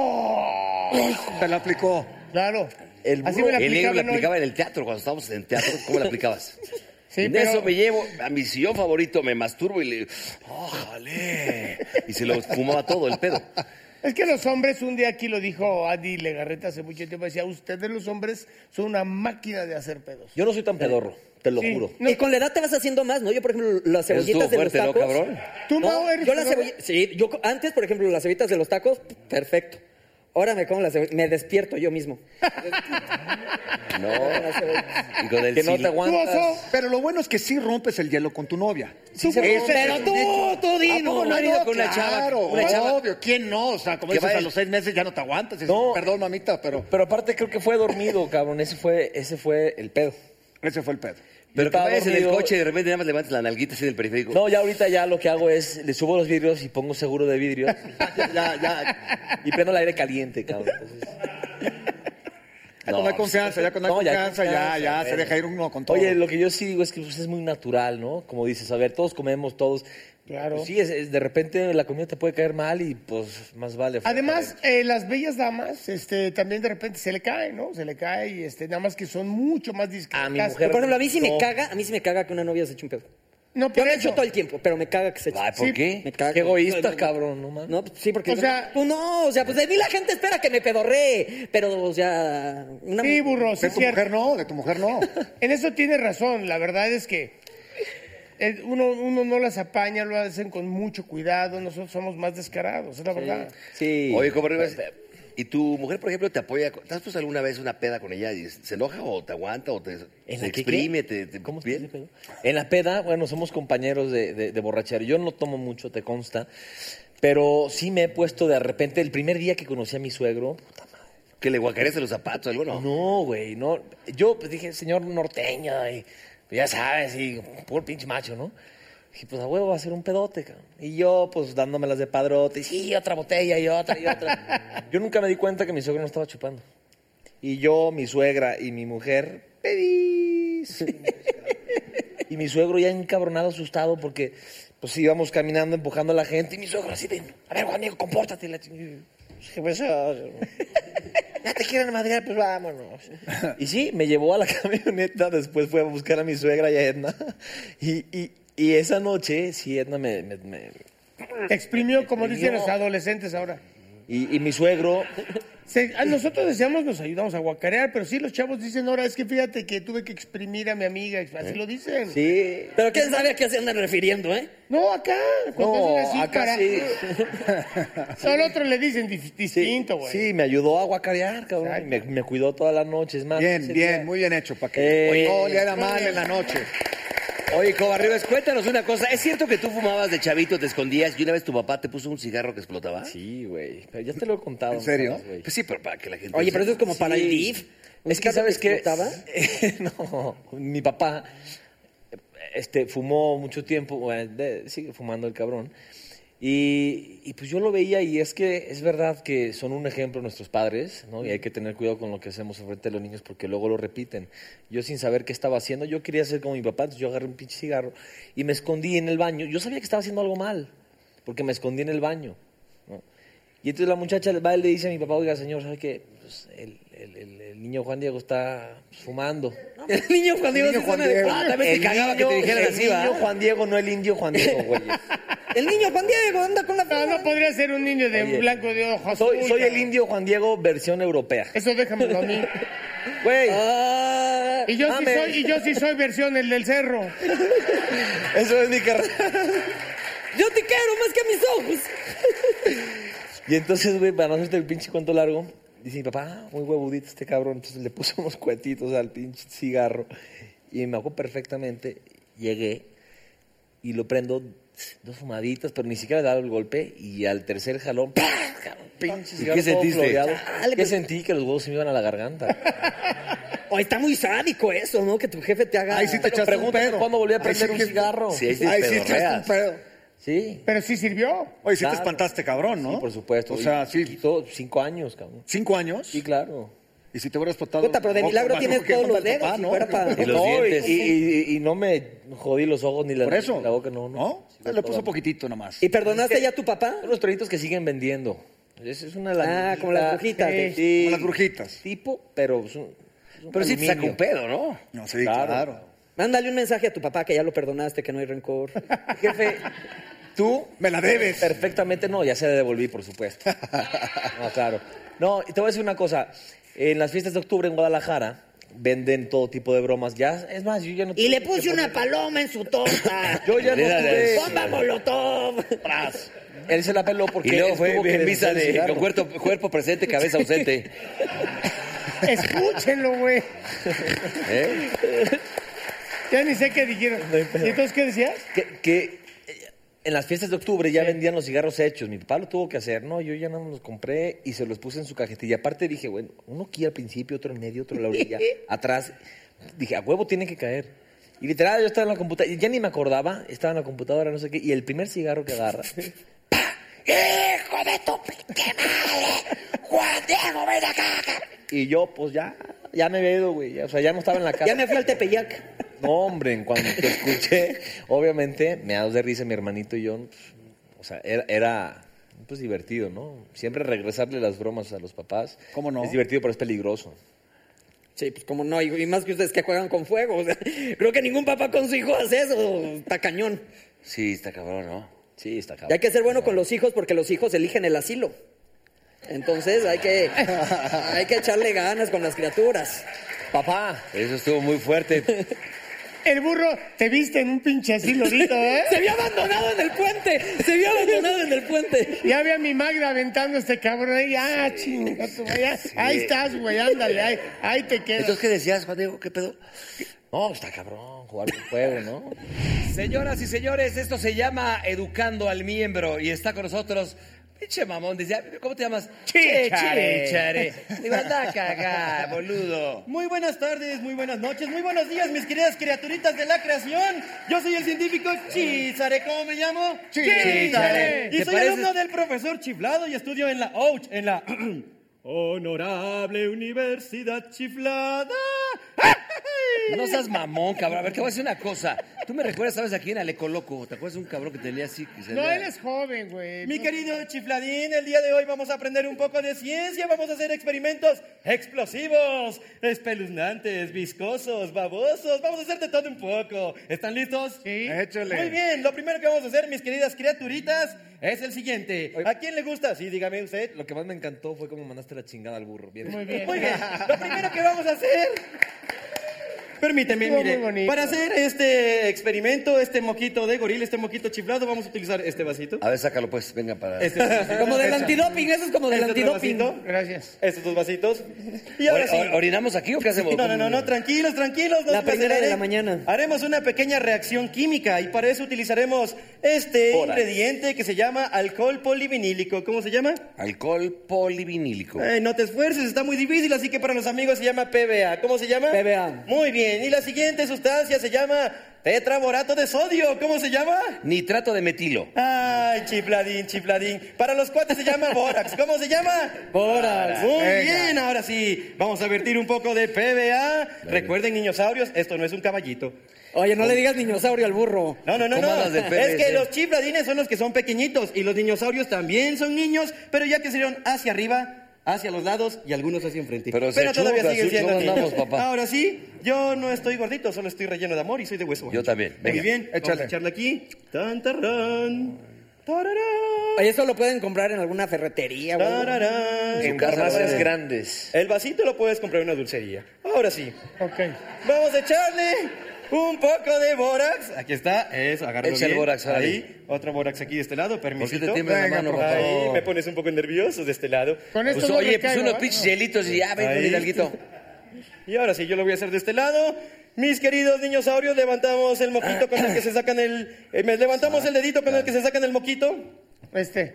Speaker 2: ¡Oh!
Speaker 4: Te la aplicó.
Speaker 2: ah, Claro.
Speaker 6: El
Speaker 2: Así
Speaker 6: burro-
Speaker 2: me la
Speaker 5: El negro
Speaker 2: aplicaban
Speaker 5: la
Speaker 6: ¿eh?
Speaker 2: hoy.
Speaker 5: aplicaba en el teatro, cuando estábamos en el teatro. ¿Cómo la aplicabas?
Speaker 2: Sí,
Speaker 5: en
Speaker 2: pero-
Speaker 5: eso me llevo a mi sillón favorito, me masturbo y le ¡Ójale! y se lo fumaba todo el pedo.
Speaker 2: Es que los hombres, un día aquí lo dijo Adi Legarreta hace mucho tiempo, decía, ustedes los hombres son una máquina de hacer pedos.
Speaker 6: Yo no soy tan pedorro, te lo
Speaker 2: Sí.
Speaker 6: juro.
Speaker 2: No.
Speaker 3: Y Eh, con la edad te vas haciendo más, ¿no? Yo, por ejemplo, las
Speaker 5: Eso estuvo
Speaker 3: cebollitas de
Speaker 5: fuerte, ¿no,
Speaker 3: los tacos.
Speaker 5: cabrón?
Speaker 2: ¿Tú, Mau, eres
Speaker 3: yo las
Speaker 2: pedorro?
Speaker 3: cebollitas. Sí, yo co- antes, por ejemplo, las cebollitas de los tacos, perfecto. Ahora me como las cebollitas, me despierto yo mismo.
Speaker 5: No.
Speaker 3: Las cebollitas.
Speaker 5: Y con el
Speaker 6: Que no
Speaker 5: sil-
Speaker 6: te aguantas.
Speaker 2: oso?
Speaker 4: Pero lo bueno es que sí rompes el hielo con tu novia.
Speaker 2: Tú,
Speaker 5: rompe.
Speaker 2: pero tú-
Speaker 3: tú
Speaker 4: ¿A poco no
Speaker 3: No,
Speaker 4: ha
Speaker 3: no,
Speaker 4: ido
Speaker 5: con una chava?
Speaker 4: Claro,
Speaker 5: Una chava.
Speaker 4: obvio. ¿Quién no? O sea, como
Speaker 5: Que
Speaker 4: dices,
Speaker 5: vaya-
Speaker 4: a los seis meses ya no te aguantas. Dices,
Speaker 6: No.
Speaker 4: Perdón, mamita, pero
Speaker 6: Pero aparte creo que fue dormido, cabrón. Ese fue, ese fue el pedo.
Speaker 4: ese fue el pedo.
Speaker 5: Pero que
Speaker 6: Estaba
Speaker 5: vayas en el
Speaker 6: dormido.
Speaker 5: coche y de repente nada más levantas la nalguita así en el periférico.
Speaker 6: No, ya ahorita ya lo que hago es le subo los vidrios y pongo seguro de vidrio. ya, ya, ya. Y prendo el aire caliente, cabrón. Entonces,
Speaker 4: Ya
Speaker 5: No,
Speaker 4: Ah, con la confianza, ya con la
Speaker 6: no, ya hay
Speaker 4: confianza, ya,
Speaker 6: confianza,
Speaker 4: ya, se
Speaker 6: pero-
Speaker 4: deja ir uno con todo.
Speaker 6: Oye, lo que yo sí digo es que pues, es muy natural, ¿no? Como dices, a ver, todos comemos, todos.
Speaker 2: Claro.
Speaker 6: Pues, sí, es, es- de repente la comida te puede caer mal y pues más vale. fuera.
Speaker 2: Además, eh, las bellas damas, este, también de repente se le cae, ¿no? Se le cae y este, nada más que son mucho más discretas.
Speaker 6: A Ah, mi mujer-
Speaker 3: Por ejemplo, a mí sí me
Speaker 6: No.
Speaker 3: caga, a mí sí me caga que una novia se eche un pedo.
Speaker 2: No,
Speaker 3: Yo
Speaker 2: por
Speaker 3: lo he hecho
Speaker 2: eso.
Speaker 3: todo el tiempo, pero me caga que se eche.
Speaker 5: Ay, ¿por
Speaker 2: Sí.
Speaker 5: qué?
Speaker 3: caga.
Speaker 6: Qué egoísta, cabrón, no mames.
Speaker 3: No, pues, sí, porque.
Speaker 2: O sea-
Speaker 3: Pues no, o sea, pues de mí la gente espera que me pedorree. Pero, o sea. Una...
Speaker 2: Sí, burro, sí
Speaker 4: de
Speaker 2: es
Speaker 4: tu
Speaker 2: cierto.
Speaker 4: mujer no, de tu mujer no.
Speaker 2: En eso tiene razón. La verdad es que eh, uno, uno no las apaña, lo hacen con mucho cuidado. Nosotros somos más descarados, es la verdad.
Speaker 6: Sí.
Speaker 5: Oye, ¿cómo arriba? este? ¿Y tu mujer, por ejemplo, te apoya? con- ¿Te has puesto alguna vez una peda con ella y se enoja o te aguanta o te,
Speaker 6: ¿En
Speaker 5: te
Speaker 6: la qué,
Speaker 5: exprime?
Speaker 6: qué?
Speaker 5: Te, te-
Speaker 6: ¿Cómo se
Speaker 5: bien?
Speaker 6: dice, pedo? En la peda, bueno, somos compañeros de, de, de borrachera. Yo no tomo mucho, te consta. Pero sí me he puesto de repente, el primer día que conocí a mi suegro. puta madre.
Speaker 5: ¿Que le guacareaste los zapatos algo no?
Speaker 6: No, güey, no. Yo pues, dije, señor norteño, y, pues, ya sabes, y puro pinche macho, ¿no? Dije, pues a huevo va a ser un pedote, cabrón. Y yo, pues dándomelas de padrote, y sí, otra botella y otra y otra. yo nunca me di cuenta que mi suegro no estaba chupando. Y yo, mi suegra y mi mujer, pedís. y mi suegro ya encabronado, asustado, porque pues íbamos caminando, empujando a la gente. Y mi suegro así de, a ver, Juan Diego, compórtate. La ching- ¿Qué pasó? Ya te quieren madrear, pues vámonos. Y sí, me llevó a la camioneta, después fue a buscar a mi suegra y a Edna. Y, y- y esa noche, sí, Edna me- me- me,
Speaker 2: Te exprimió, como dicen
Speaker 6: Exprimió.
Speaker 2: los adolescentes ahora.
Speaker 6: Y, y mi suegro,
Speaker 2: Se- a nosotros decíamos, nos ayudamos a guacarear, pero sí los chavos dicen, ahora es que fíjate que tuve que exprimir a mi amiga, así lo dicen.
Speaker 6: sí.
Speaker 3: Pero quién sabe a qué se andan refiriendo, ¿eh?
Speaker 2: No, acá, cuando
Speaker 6: No,
Speaker 2: hacen así
Speaker 6: acá
Speaker 2: para-
Speaker 6: sí.
Speaker 2: Al otro le dicen dif-
Speaker 6: Sí,
Speaker 2: distinto, güey.
Speaker 6: sí, me ayudó a guacarear, cabrón.
Speaker 2: Exacto.
Speaker 6: Me, me cuidó toda la noche, es más.
Speaker 4: Bien,
Speaker 6: ese
Speaker 4: bien,
Speaker 6: día-
Speaker 4: muy bien hecho. Para que
Speaker 6: Eh,
Speaker 4: no le haga mal en la noche.
Speaker 5: Oye, Covarribes, cuéntanos una cosa. ¿Es cierto que tú fumabas de chavito, te escondías y una vez tu papá te puso un cigarro que explotaba?
Speaker 6: Sí, güey. Pero ya te lo he contado.
Speaker 4: ¿En serio?
Speaker 6: ¿sabes, güey?
Speaker 5: Pues sí, pero para que la gente...
Speaker 3: Oye, pero eso es como para el
Speaker 6: Sí.
Speaker 3: DIF. ¿Un
Speaker 6: Es que,
Speaker 3: cigarro
Speaker 6: ¿sabes
Speaker 3: que
Speaker 6: qué?
Speaker 3: explotaba?
Speaker 6: no, mi papá este, fumó mucho tiempo, bueno, de- sigue fumando el cabrón. Y, y pues yo lo veía y es que es verdad que son un ejemplo nuestros padres, ¿no? Y hay que tener cuidado con lo que hacemos frente a los niños porque luego lo repiten. Yo sin saber qué estaba haciendo, yo quería ser como mi papá, entonces yo agarré un pinche cigarro y me escondí en el baño. Yo sabía que estaba haciendo algo mal porque me escondí en el baño, ¿no? Y entonces la muchacha va y le dice a mi papá, oiga, señor, ¿sabe qué? Pues, el, el- el- el niño Juan Diego está pues, fumando.
Speaker 3: El niño Juan Diego. se suena de- Ah, también
Speaker 5: El
Speaker 3: te cagaba que
Speaker 5: niño-
Speaker 3: te dijeran
Speaker 5: el
Speaker 3: así, ¿va?
Speaker 6: niño Juan Diego, no el indio Juan Diego, güey.
Speaker 3: El niño Juan Diego anda con la
Speaker 2: Ah, No, no podría ser un niño de
Speaker 6: Oye,
Speaker 2: blanco de ojos.
Speaker 6: Soy,
Speaker 2: azul,
Speaker 6: soy el
Speaker 2: cabrón.
Speaker 6: indio Juan Diego versión europea.
Speaker 2: Eso déjamelo a mí.
Speaker 6: Güey,
Speaker 3: Ah,
Speaker 2: Y yo, sí
Speaker 6: Mames.
Speaker 2: soy, y yo sí soy versión el del cerro.
Speaker 6: eso es mi carrera.
Speaker 3: yo te quiero más que a mis ojos.
Speaker 6: Y entonces, güey, para no hacerte el pinche cuento largo, dice mi papá, ah, muy huevudito este cabrón. Entonces le puso unos cuetitos al pinche cigarro. Y me acuerdo perfectamente, llegué y lo prendo dos fumaditas, pero ni siquiera le daba el golpe. Y al tercer jalón, ¡pah! Cabrón, pinche cigarro
Speaker 5: qué
Speaker 6: todo
Speaker 5: sentiste?
Speaker 6: floreado.
Speaker 3: Chale,
Speaker 6: ¿Qué
Speaker 4: pues.
Speaker 3: pero-
Speaker 6: sentí? Que los huevos se me iban a la garganta.
Speaker 3: Oh, está muy sádico eso, ¿no? Que tu jefe te haga.
Speaker 4: Ahí sí te
Speaker 6: Pero
Speaker 4: echaste un
Speaker 6: pregúntame
Speaker 4: pedo.
Speaker 6: cuándo volví a
Speaker 4: Ahí
Speaker 6: prender
Speaker 4: sí
Speaker 6: un
Speaker 4: que-
Speaker 6: cigarro.
Speaker 5: Sí, ahí sí
Speaker 4: Ahí sí
Speaker 5: pedorreas.
Speaker 4: echaste un pedo.
Speaker 6: Sí.
Speaker 2: Pero sí sirvió.
Speaker 4: Oye, sí
Speaker 6: Claro.
Speaker 4: te espantaste, cabrón, ¿no?
Speaker 6: Sí, por supuesto.
Speaker 4: O sea,
Speaker 6: Y-
Speaker 4: sí.
Speaker 6: todo- cinco años, cabrón.
Speaker 4: ¿Cinco años?
Speaker 6: Sí, claro.
Speaker 4: Y si te hubieras explotado...
Speaker 3: Puta, pero de
Speaker 4: No,
Speaker 3: milagro
Speaker 4: no,
Speaker 3: tienes
Speaker 4: porque
Speaker 3: todos
Speaker 4: no
Speaker 3: los
Speaker 4: falta el
Speaker 3: dedos.
Speaker 4: papá,
Speaker 3: si
Speaker 4: ¿no?
Speaker 3: fuera para-
Speaker 6: Y los
Speaker 4: No, y-
Speaker 6: dientes. Y, y- y no me jodí los ojos ni la,
Speaker 4: Por
Speaker 6: nariz,
Speaker 4: eso.
Speaker 6: ni la boca, no.
Speaker 4: ¿No?
Speaker 6: no. Sí,
Speaker 4: Le
Speaker 6: todo.
Speaker 4: puso poquitito nomás.
Speaker 3: ¿Y perdonaste ya a tu papá?
Speaker 6: Son los traguitos que siguen vendiendo. Es, es una
Speaker 3: Ah, como las brujitas, güey.
Speaker 6: Sí,
Speaker 4: Como las brujitas.
Speaker 6: Tipo, pero es un- es un
Speaker 5: Pero sí te saca
Speaker 6: aluminio.
Speaker 5: un pedo, ¿no?
Speaker 4: No, sí,
Speaker 6: Claro.
Speaker 4: claro.
Speaker 3: Mándale un mensaje a tu papá que ya lo perdonaste, que no hay rencor.
Speaker 6: Jefe, tú
Speaker 4: Me la debes.
Speaker 6: Perfectamente, no, ya se la devolví, por supuesto. No, claro. No, y te voy a decir una cosa. En las fiestas de octubre en Guadalajara venden todo tipo de bromas. Ya, es más, yo ya no
Speaker 3: Y le
Speaker 6: tuve
Speaker 3: puse
Speaker 6: que
Speaker 3: una paloma en su torta.
Speaker 6: Yo ya no tuve-
Speaker 3: ¡Bomba molotov!
Speaker 6: poner- Él se la peló porque.
Speaker 5: Y luego
Speaker 6: él
Speaker 5: fue
Speaker 6: tuvo que
Speaker 5: en misa
Speaker 6: deshacer el
Speaker 5: de
Speaker 6: cigarro.
Speaker 5: con cuerpo, cuerpo presente, cabeza ausente.
Speaker 2: Escúchenlo, güey.
Speaker 5: ¿Eh?
Speaker 2: Ya ni sé qué dijeron.
Speaker 6: No hay pedo.
Speaker 2: ¿Y entonces qué decías?
Speaker 6: Que, que, eh, en las fiestas de octubre ya vendían los cigarros hechos. Mi papá lo tuvo que hacer. No, yo ya no los compré y se los puse en su cajetilla. Aparte dije, bueno, uno aquí al principio, otro en medio, otro en la orilla, atrás. Dije, a huevo tiene que caer. Y literal, yo estaba en la computadora, ya ni me acordaba, estaba en la computadora, no sé qué, y el primer cigarro que agarra. ¡pa! ¡Hijo de tu pinche madre! ¡Juan Diego, ven acá! cabrón! Y yo, pues ya, ya me he ido, güey. O sea, ya no estaba en la casa.
Speaker 3: Ya me fui al Tepeyac.
Speaker 6: No, hombre, en cuanto te escuché, obviamente, me hago de risa mi hermanito y yo. pues, O sea, era, era, pues divertido, ¿no? Siempre regresarle las bromas a los papás.
Speaker 4: ¿Cómo no?
Speaker 6: Es divertido, pero es peligroso.
Speaker 3: Sí, pues como no, y, y más que ustedes que juegan con fuego. o sea, creo que ningún papá con su hijo hace eso. Está cañón.
Speaker 5: Sí, está cabrón, ¿no?
Speaker 6: Sí, está cabrón.
Speaker 3: Y hay que ser bueno con los hijos porque los hijos eligen el asilo. Entonces hay que, hay que echarle ganas con las criaturas.
Speaker 6: Papá,
Speaker 5: Eso estuvo muy fuerte.
Speaker 2: El burro te viste en un pinche así lorito, ¿eh?
Speaker 3: Se vio abandonado en el puente. Se vio abandonado en el puente.
Speaker 2: Ya ve a mi Magda aventando a este cabrón ahí. Ah, chinga tu madre, ya. Ahí estás, güey, ándale. Ahí, ahí te quedas.
Speaker 5: Entonces, ¿qué decías, Juan Diego? ¿Qué pedo?
Speaker 6: no, está cabrón jugar con fuego, ¿no?
Speaker 5: Señoras y señores, esto se llama Educando al Miembro y está con nosotros. Pinche mamón, dice, ¿cómo te llamas?
Speaker 2: Chichare.
Speaker 5: Chichare. Digo, anda a cagar, boludo.
Speaker 7: Muy buenas tardes, muy buenas noches, muy buenos días, mis queridas criaturitas de la creación. Yo soy el científico Chizare, ¿cómo me llamo?
Speaker 2: Chízare.
Speaker 7: Y
Speaker 5: ¿Te
Speaker 7: soy
Speaker 5: pareces?
Speaker 7: alumno del profesor Chiflado y estudio en la OUCH, en la Honorable Universidad Chiflada.
Speaker 5: No seas mamón, cabrón. A ver, te voy a decir una cosa. Tú me recuerdas, ¿sabes a quién? A Le Coloco. ¿Te acuerdas de un cabrón que tenía así? Que se
Speaker 2: No,
Speaker 5: veía-
Speaker 2: él es joven, güey.
Speaker 7: Mi
Speaker 2: eh, No-
Speaker 7: querido Chifladín, el día de hoy vamos a aprender un poco de ciencia, vamos a hacer experimentos explosivos, espeluznantes, viscosos, babosos, vamos a hacer de todo un poco. ¿Están listos?
Speaker 2: Sí.
Speaker 4: Échale.
Speaker 7: Muy bien, lo primero que vamos a hacer, mis queridas criaturitas, es el siguiente. ¿A quién le gusta? Sí, dígame usted.
Speaker 6: Lo que más me encantó fue cómo mandaste la chingada al burro. Bien.
Speaker 2: Muy bien.
Speaker 7: Muy bien, lo primero que vamos a hacer. Permíteme,
Speaker 2: Estuvo
Speaker 7: mire,
Speaker 2: muy bonito.
Speaker 7: para hacer este experimento, este moquito de gorila, este moquito chiflado, vamos a utilizar este vasito.
Speaker 5: A ver, sácalo, pues. Venga, para...
Speaker 7: Este vasito.
Speaker 3: Como del antidoping, eso es como del
Speaker 7: Este otro
Speaker 3: antidoping.
Speaker 7: vasito.
Speaker 2: Gracias.
Speaker 7: Estos dos vasitos. Y ahora
Speaker 5: ¿Ori-
Speaker 7: sí.
Speaker 5: or- ¿Orinamos aquí o qué hacemos?
Speaker 7: No, no, no, no, tranquilos, tranquilos. no
Speaker 3: La
Speaker 7: se pasen,
Speaker 3: primera de
Speaker 7: haré-
Speaker 3: la mañana.
Speaker 7: Haremos una pequeña reacción química y para eso utilizaremos este
Speaker 5: Órale.
Speaker 7: ingrediente que se llama alcohol polivinílico. ¿Cómo se llama?
Speaker 5: Alcohol polivinílico.
Speaker 7: Ay, no te esfuerces, está muy difícil, así que para los amigos se llama PBA. ¿Cómo se llama?
Speaker 3: PBA.
Speaker 7: Muy bien, y la siguiente sustancia se llama tetraborato de sodio. ¿Cómo se llama?
Speaker 5: Nitrato de metilo.
Speaker 7: Ay, chifladín, chifladín. Para los cuates se llama bórax. ¿Cómo se llama?
Speaker 3: Boras.
Speaker 7: Muy bien, ahora sí, vamos a vertir un poco de PBA. Recuerden, niñosaurios, esto no es un caballito.
Speaker 3: Oye, no le digas niñosaurio al burro.
Speaker 7: No, no, no, no.
Speaker 5: Comadas de PBC.
Speaker 7: Es que los chifladines son los que son pequeñitos y los dinosaurios también son niños, pero ya que se dieron hacia arriba, hacia los lados y algunos hacia enfrente.
Speaker 5: Pero se
Speaker 7: todavía
Speaker 5: chupa,
Speaker 7: siguen
Speaker 5: sí,
Speaker 7: siendo
Speaker 5: ¿cómo
Speaker 7: niños.
Speaker 5: andamos, papá?
Speaker 7: Ahora sí, yo no estoy gordito, solo estoy relleno de amor y soy de hueso.
Speaker 5: Yo también,
Speaker 7: Muy
Speaker 5: venga,
Speaker 7: bien, vamos a
Speaker 4: échale.
Speaker 7: echarle aquí. Tan, tarán, tararán,
Speaker 3: Oye, eso lo pueden comprar en alguna ferretería, güey.
Speaker 7: tararán.
Speaker 5: En farmacias grandes.
Speaker 7: El vasito lo puedes comprar en una dulcería. Ahora sí,
Speaker 2: Ok.
Speaker 7: Vamos a echarle un poco de bórax. Aquí está, eso, agárralo
Speaker 5: Echa el
Speaker 7: bien.
Speaker 5: bórax, órale.
Speaker 7: ahí, otro bórax aquí de este lado, permisito.
Speaker 5: te tiembla la
Speaker 7: Venga,
Speaker 5: mano,
Speaker 7: por
Speaker 5: papá?
Speaker 7: ahí, me pones un poco nervioso de este lado.
Speaker 2: Con esto
Speaker 5: Pues,
Speaker 2: no
Speaker 5: oye, pues
Speaker 2: recaigo,
Speaker 5: unos
Speaker 2: ¿ah?
Speaker 5: pinches
Speaker 2: No.
Speaker 5: hielitos y ya, ven,
Speaker 7: Ahí.
Speaker 5: ven, hidalguito.
Speaker 7: Y ahora sí, yo lo voy a hacer de este lado. Mis queridos niños saurios, levantamos el moquito con el que se sacan el... eh, me- levantamos el dedito con el que se sacan el moquito.
Speaker 2: Este.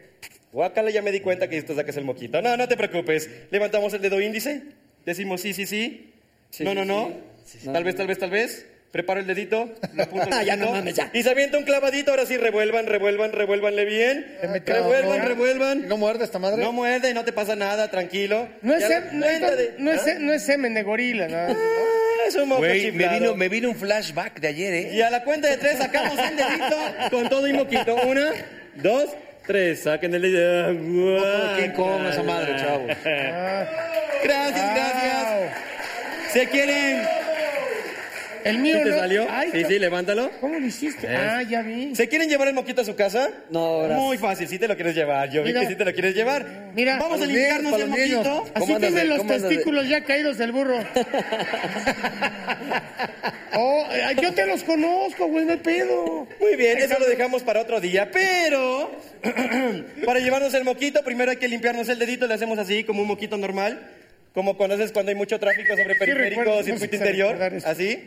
Speaker 7: Guácala, ya me di cuenta que esto sacas el moquito. No, no te preocupes. Levantamos el dedo índice. Decimos sí, sí, sí. no, no, no. Tal vez, tal vez, tal vez. Preparo el dedito. Lo apunto
Speaker 3: Ah,
Speaker 7: el
Speaker 3: ya no
Speaker 7: dedito.
Speaker 3: mames, ya.
Speaker 7: Y se avienta un clavadito. Ahora sí, revuelvan, revuelvan, revuélvanle bien.
Speaker 2: Te metió
Speaker 7: Revuelvan,
Speaker 2: ahora.
Speaker 7: revuelvan.
Speaker 4: ¿No muerde esta madre?
Speaker 7: No muerde, no te pasa nada, tranquilo.
Speaker 2: No es,
Speaker 7: Ya
Speaker 2: sem- no, es, Em,
Speaker 7: cuenta de-
Speaker 2: no es sem- no es Em semen de gorila, ¿no?
Speaker 7: Ah, es un moco
Speaker 5: Güey, me
Speaker 7: chiflado.
Speaker 5: vino, me vino un flashback de ayer, ¿eh?
Speaker 7: Y a la cuenta de tres sacamos el dedito con todo y moquito. Una, dos, tres. Saquen el dedito. Ah,
Speaker 4: ¿Quién come esa madre, chavo?
Speaker 7: Gracias, gracias. ¿Se quieren?
Speaker 2: El
Speaker 7: ¿Sí
Speaker 2: mío
Speaker 7: te
Speaker 2: no.
Speaker 7: salió?
Speaker 2: Ay,
Speaker 7: sí, sí, levántalo.
Speaker 2: ¿Cómo lo hiciste? Ah, ya vi.
Speaker 7: ¿Se quieren llevar el moquito a su casa?
Speaker 3: No, gracias.
Speaker 7: Muy fácil, si te lo quieres llevar. Yo
Speaker 2: Mira.
Speaker 7: vi que si te lo quieres llevar.
Speaker 2: Mira.
Speaker 7: Vamos a
Speaker 2: Para los
Speaker 7: limpiarnos
Speaker 4: niños,
Speaker 7: el
Speaker 4: para los
Speaker 7: moquito.
Speaker 4: niños.
Speaker 2: Así
Speaker 5: ¿Cómo andas de-
Speaker 2: tienen los
Speaker 5: cómo andas de-
Speaker 2: testículos ya caídos del burro. Oh, eh, yo te los conozco, güey, no hay pedo.
Speaker 7: Muy bien, eso lo dejamos para otro día. Pero, para llevarnos el moquito, primero hay que limpiarnos el dedito. Le hacemos así, como un moquito normal. Como cuando haces cuando hay mucho tráfico sobre
Speaker 2: recuerdo,
Speaker 7: periférico,
Speaker 2: no
Speaker 7: circuito
Speaker 2: sé
Speaker 7: interior.
Speaker 2: recordar esto.
Speaker 7: Así.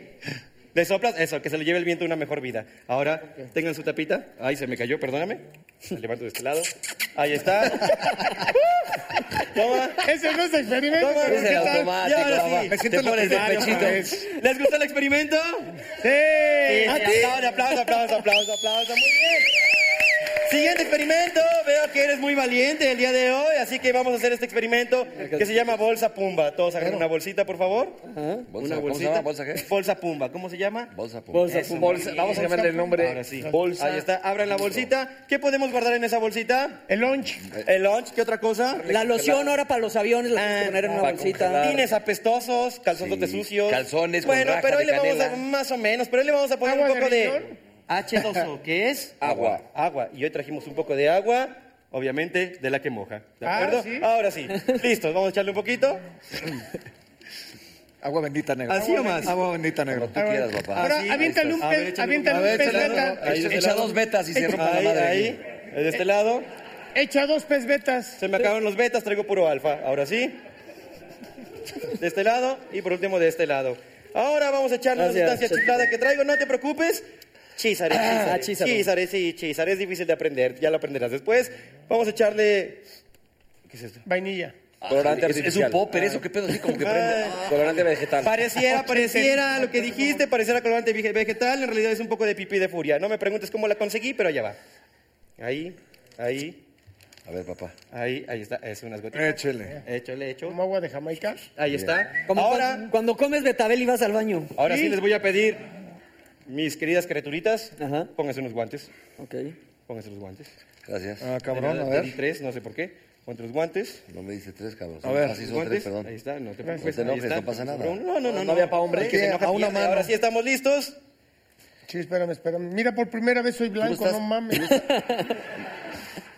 Speaker 7: Le soplas, eso, que se le lleve el viento una mejor vida. Ahora, tengan su tapita. Ay, se me cayó, perdóname. La levanto de este lado. Ahí está. Toma.
Speaker 2: Ese no es experimento.
Speaker 7: Toma,
Speaker 2: pero
Speaker 5: es
Speaker 2: ¿qué
Speaker 5: el
Speaker 2: tal?
Speaker 5: automático,
Speaker 7: Y ahora
Speaker 5: papá.
Speaker 7: sí,
Speaker 5: Me siento Te pones de
Speaker 7: locutor
Speaker 5: pechito.
Speaker 7: otra vez. ¿Les gustó el experimento?
Speaker 2: Sí.
Speaker 5: Ah,
Speaker 7: ¿A ti? Aplauso, aplauso, aplauso, aplauso, aplauso. Muy bien. Siguiente experimento. Veo que eres muy valiente el día de hoy, así que vamos a hacer este experimento que se llama bolsa pumba. Todos agarren una bolsita, por favor.
Speaker 5: Bolsa,
Speaker 7: una
Speaker 5: ¿cómo se
Speaker 7: bolsita.
Speaker 5: llama? ¿Bolsa qué?
Speaker 7: Bolsa pumba. ¿Cómo se llama?
Speaker 5: Bolsa, pum.
Speaker 3: Bolsa, pum.
Speaker 6: Bolsa, vamos a cambiarle el nombre.
Speaker 7: Ahora sí.
Speaker 6: Bolsa.
Speaker 7: Ahí está. Abran la bolsita. ¿Qué podemos guardar en esa bolsita?
Speaker 2: El lunch.
Speaker 7: El lunch. ¿Qué otra cosa?
Speaker 3: La loción ahora para los aviones
Speaker 7: Ah,
Speaker 3: la tienes que poner en una
Speaker 6: para
Speaker 3: bolsita.
Speaker 6: congelar.
Speaker 7: Tines apestosos, calzones
Speaker 5: Sí,
Speaker 7: sucios.
Speaker 5: calzones con
Speaker 7: Bueno,
Speaker 5: raja
Speaker 7: pero hoy
Speaker 5: de
Speaker 7: le vamos a,
Speaker 5: canela.
Speaker 7: más o menos, pero hoy le vamos a poner un
Speaker 2: ¿Agua de
Speaker 7: poco de
Speaker 2: riñón?
Speaker 7: H2O, ¿qué es?
Speaker 5: Agua.
Speaker 7: Agua. Y hoy trajimos un poco de agua, obviamente, de la que moja. ¿De
Speaker 2: Ah,
Speaker 7: acuerdo?
Speaker 2: ¿sí?
Speaker 7: Ahora sí. Listo, vamos a echarle un poquito.
Speaker 4: Agua bendita,
Speaker 2: Ah,
Speaker 4: negro.
Speaker 7: ¿Así
Speaker 4: Agua
Speaker 7: o más?
Speaker 4: bendita. Agua bendita, negro.
Speaker 5: Tú quieras, papá.
Speaker 2: Ahora,
Speaker 7: Ah, sí,
Speaker 2: aviéntale
Speaker 7: ahí
Speaker 2: un
Speaker 7: está. A ver,
Speaker 2: pez,
Speaker 7: échale
Speaker 2: aviéntale
Speaker 7: un-
Speaker 2: un
Speaker 7: a ver,
Speaker 2: pez
Speaker 7: échale un-
Speaker 2: beta.
Speaker 7: ahí,
Speaker 5: Echa dos betas y se rompe la
Speaker 7: Ahí,
Speaker 5: madre.
Speaker 7: ahí. De este lado.
Speaker 2: Echa dos pez betas.
Speaker 7: Se me acabaron los betas, traigo puro alfa. Ahora sí. De este lado y por último de este lado. Ahora vamos a echarle una
Speaker 3: Gracias,
Speaker 7: sustancia
Speaker 3: Chespirito.
Speaker 7: chiflada que traigo, no te preocupes. Chízare,
Speaker 3: Ah,
Speaker 7: chízare.
Speaker 3: chízaro.
Speaker 7: Chízare, sí, chízare. Es difícil de aprender, ya lo aprenderás después. Vamos a echarle... ¿Qué es esto?
Speaker 2: Vainilla.
Speaker 6: Colorante
Speaker 5: Es, es un
Speaker 6: artificial.
Speaker 5: popper, eso qué pedo, así como que prende.
Speaker 7: Ay.
Speaker 6: Colorante vegetal.
Speaker 7: Pareciera, pareciera lo que dijiste, pareciera colorante vege- vegetal, en realidad es un poco de pipí de furia. No me preguntes cómo la conseguí, pero ya va. Ahí, ahí,
Speaker 5: A ver, papá.
Speaker 7: Ahí, ahí está. Es unas gotitas.
Speaker 4: Échele.
Speaker 7: Échale, hecho.
Speaker 2: Como agua de Jamaica.
Speaker 7: Ahí está.
Speaker 3: Como
Speaker 7: ahora, Ah.
Speaker 3: cuando, cuando comes betabel y vas al baño.
Speaker 7: ahora sí les voy a pedir, mis queridas criaturitas,
Speaker 3: Ajá.
Speaker 7: pónganse unos guantes.
Speaker 3: Ok.
Speaker 7: Pónganse los guantes.
Speaker 5: Gracias.
Speaker 4: Ah, cabrón,
Speaker 7: Ahí
Speaker 4: a
Speaker 7: les pedí
Speaker 4: ver.
Speaker 7: tres, no sé por qué. Ponte los guantes.
Speaker 5: No me dice tres, cabrón.
Speaker 4: A ver,
Speaker 5: Así
Speaker 7: los
Speaker 5: son
Speaker 7: guantes.
Speaker 5: tres, perdón.
Speaker 7: Ahí está, no te
Speaker 5: No te
Speaker 7: preocupes. ahí
Speaker 5: enojes,
Speaker 7: está.
Speaker 5: no pasa nada.
Speaker 7: No, no, no.
Speaker 4: No había pa' hombre.
Speaker 7: Que se enoja
Speaker 4: A una
Speaker 7: pierde.
Speaker 4: mano.
Speaker 7: Ahora sí estamos listos.
Speaker 2: Sí, espérame, espérame. Mira, por primera vez soy blanco,
Speaker 5: estás-
Speaker 2: no mames.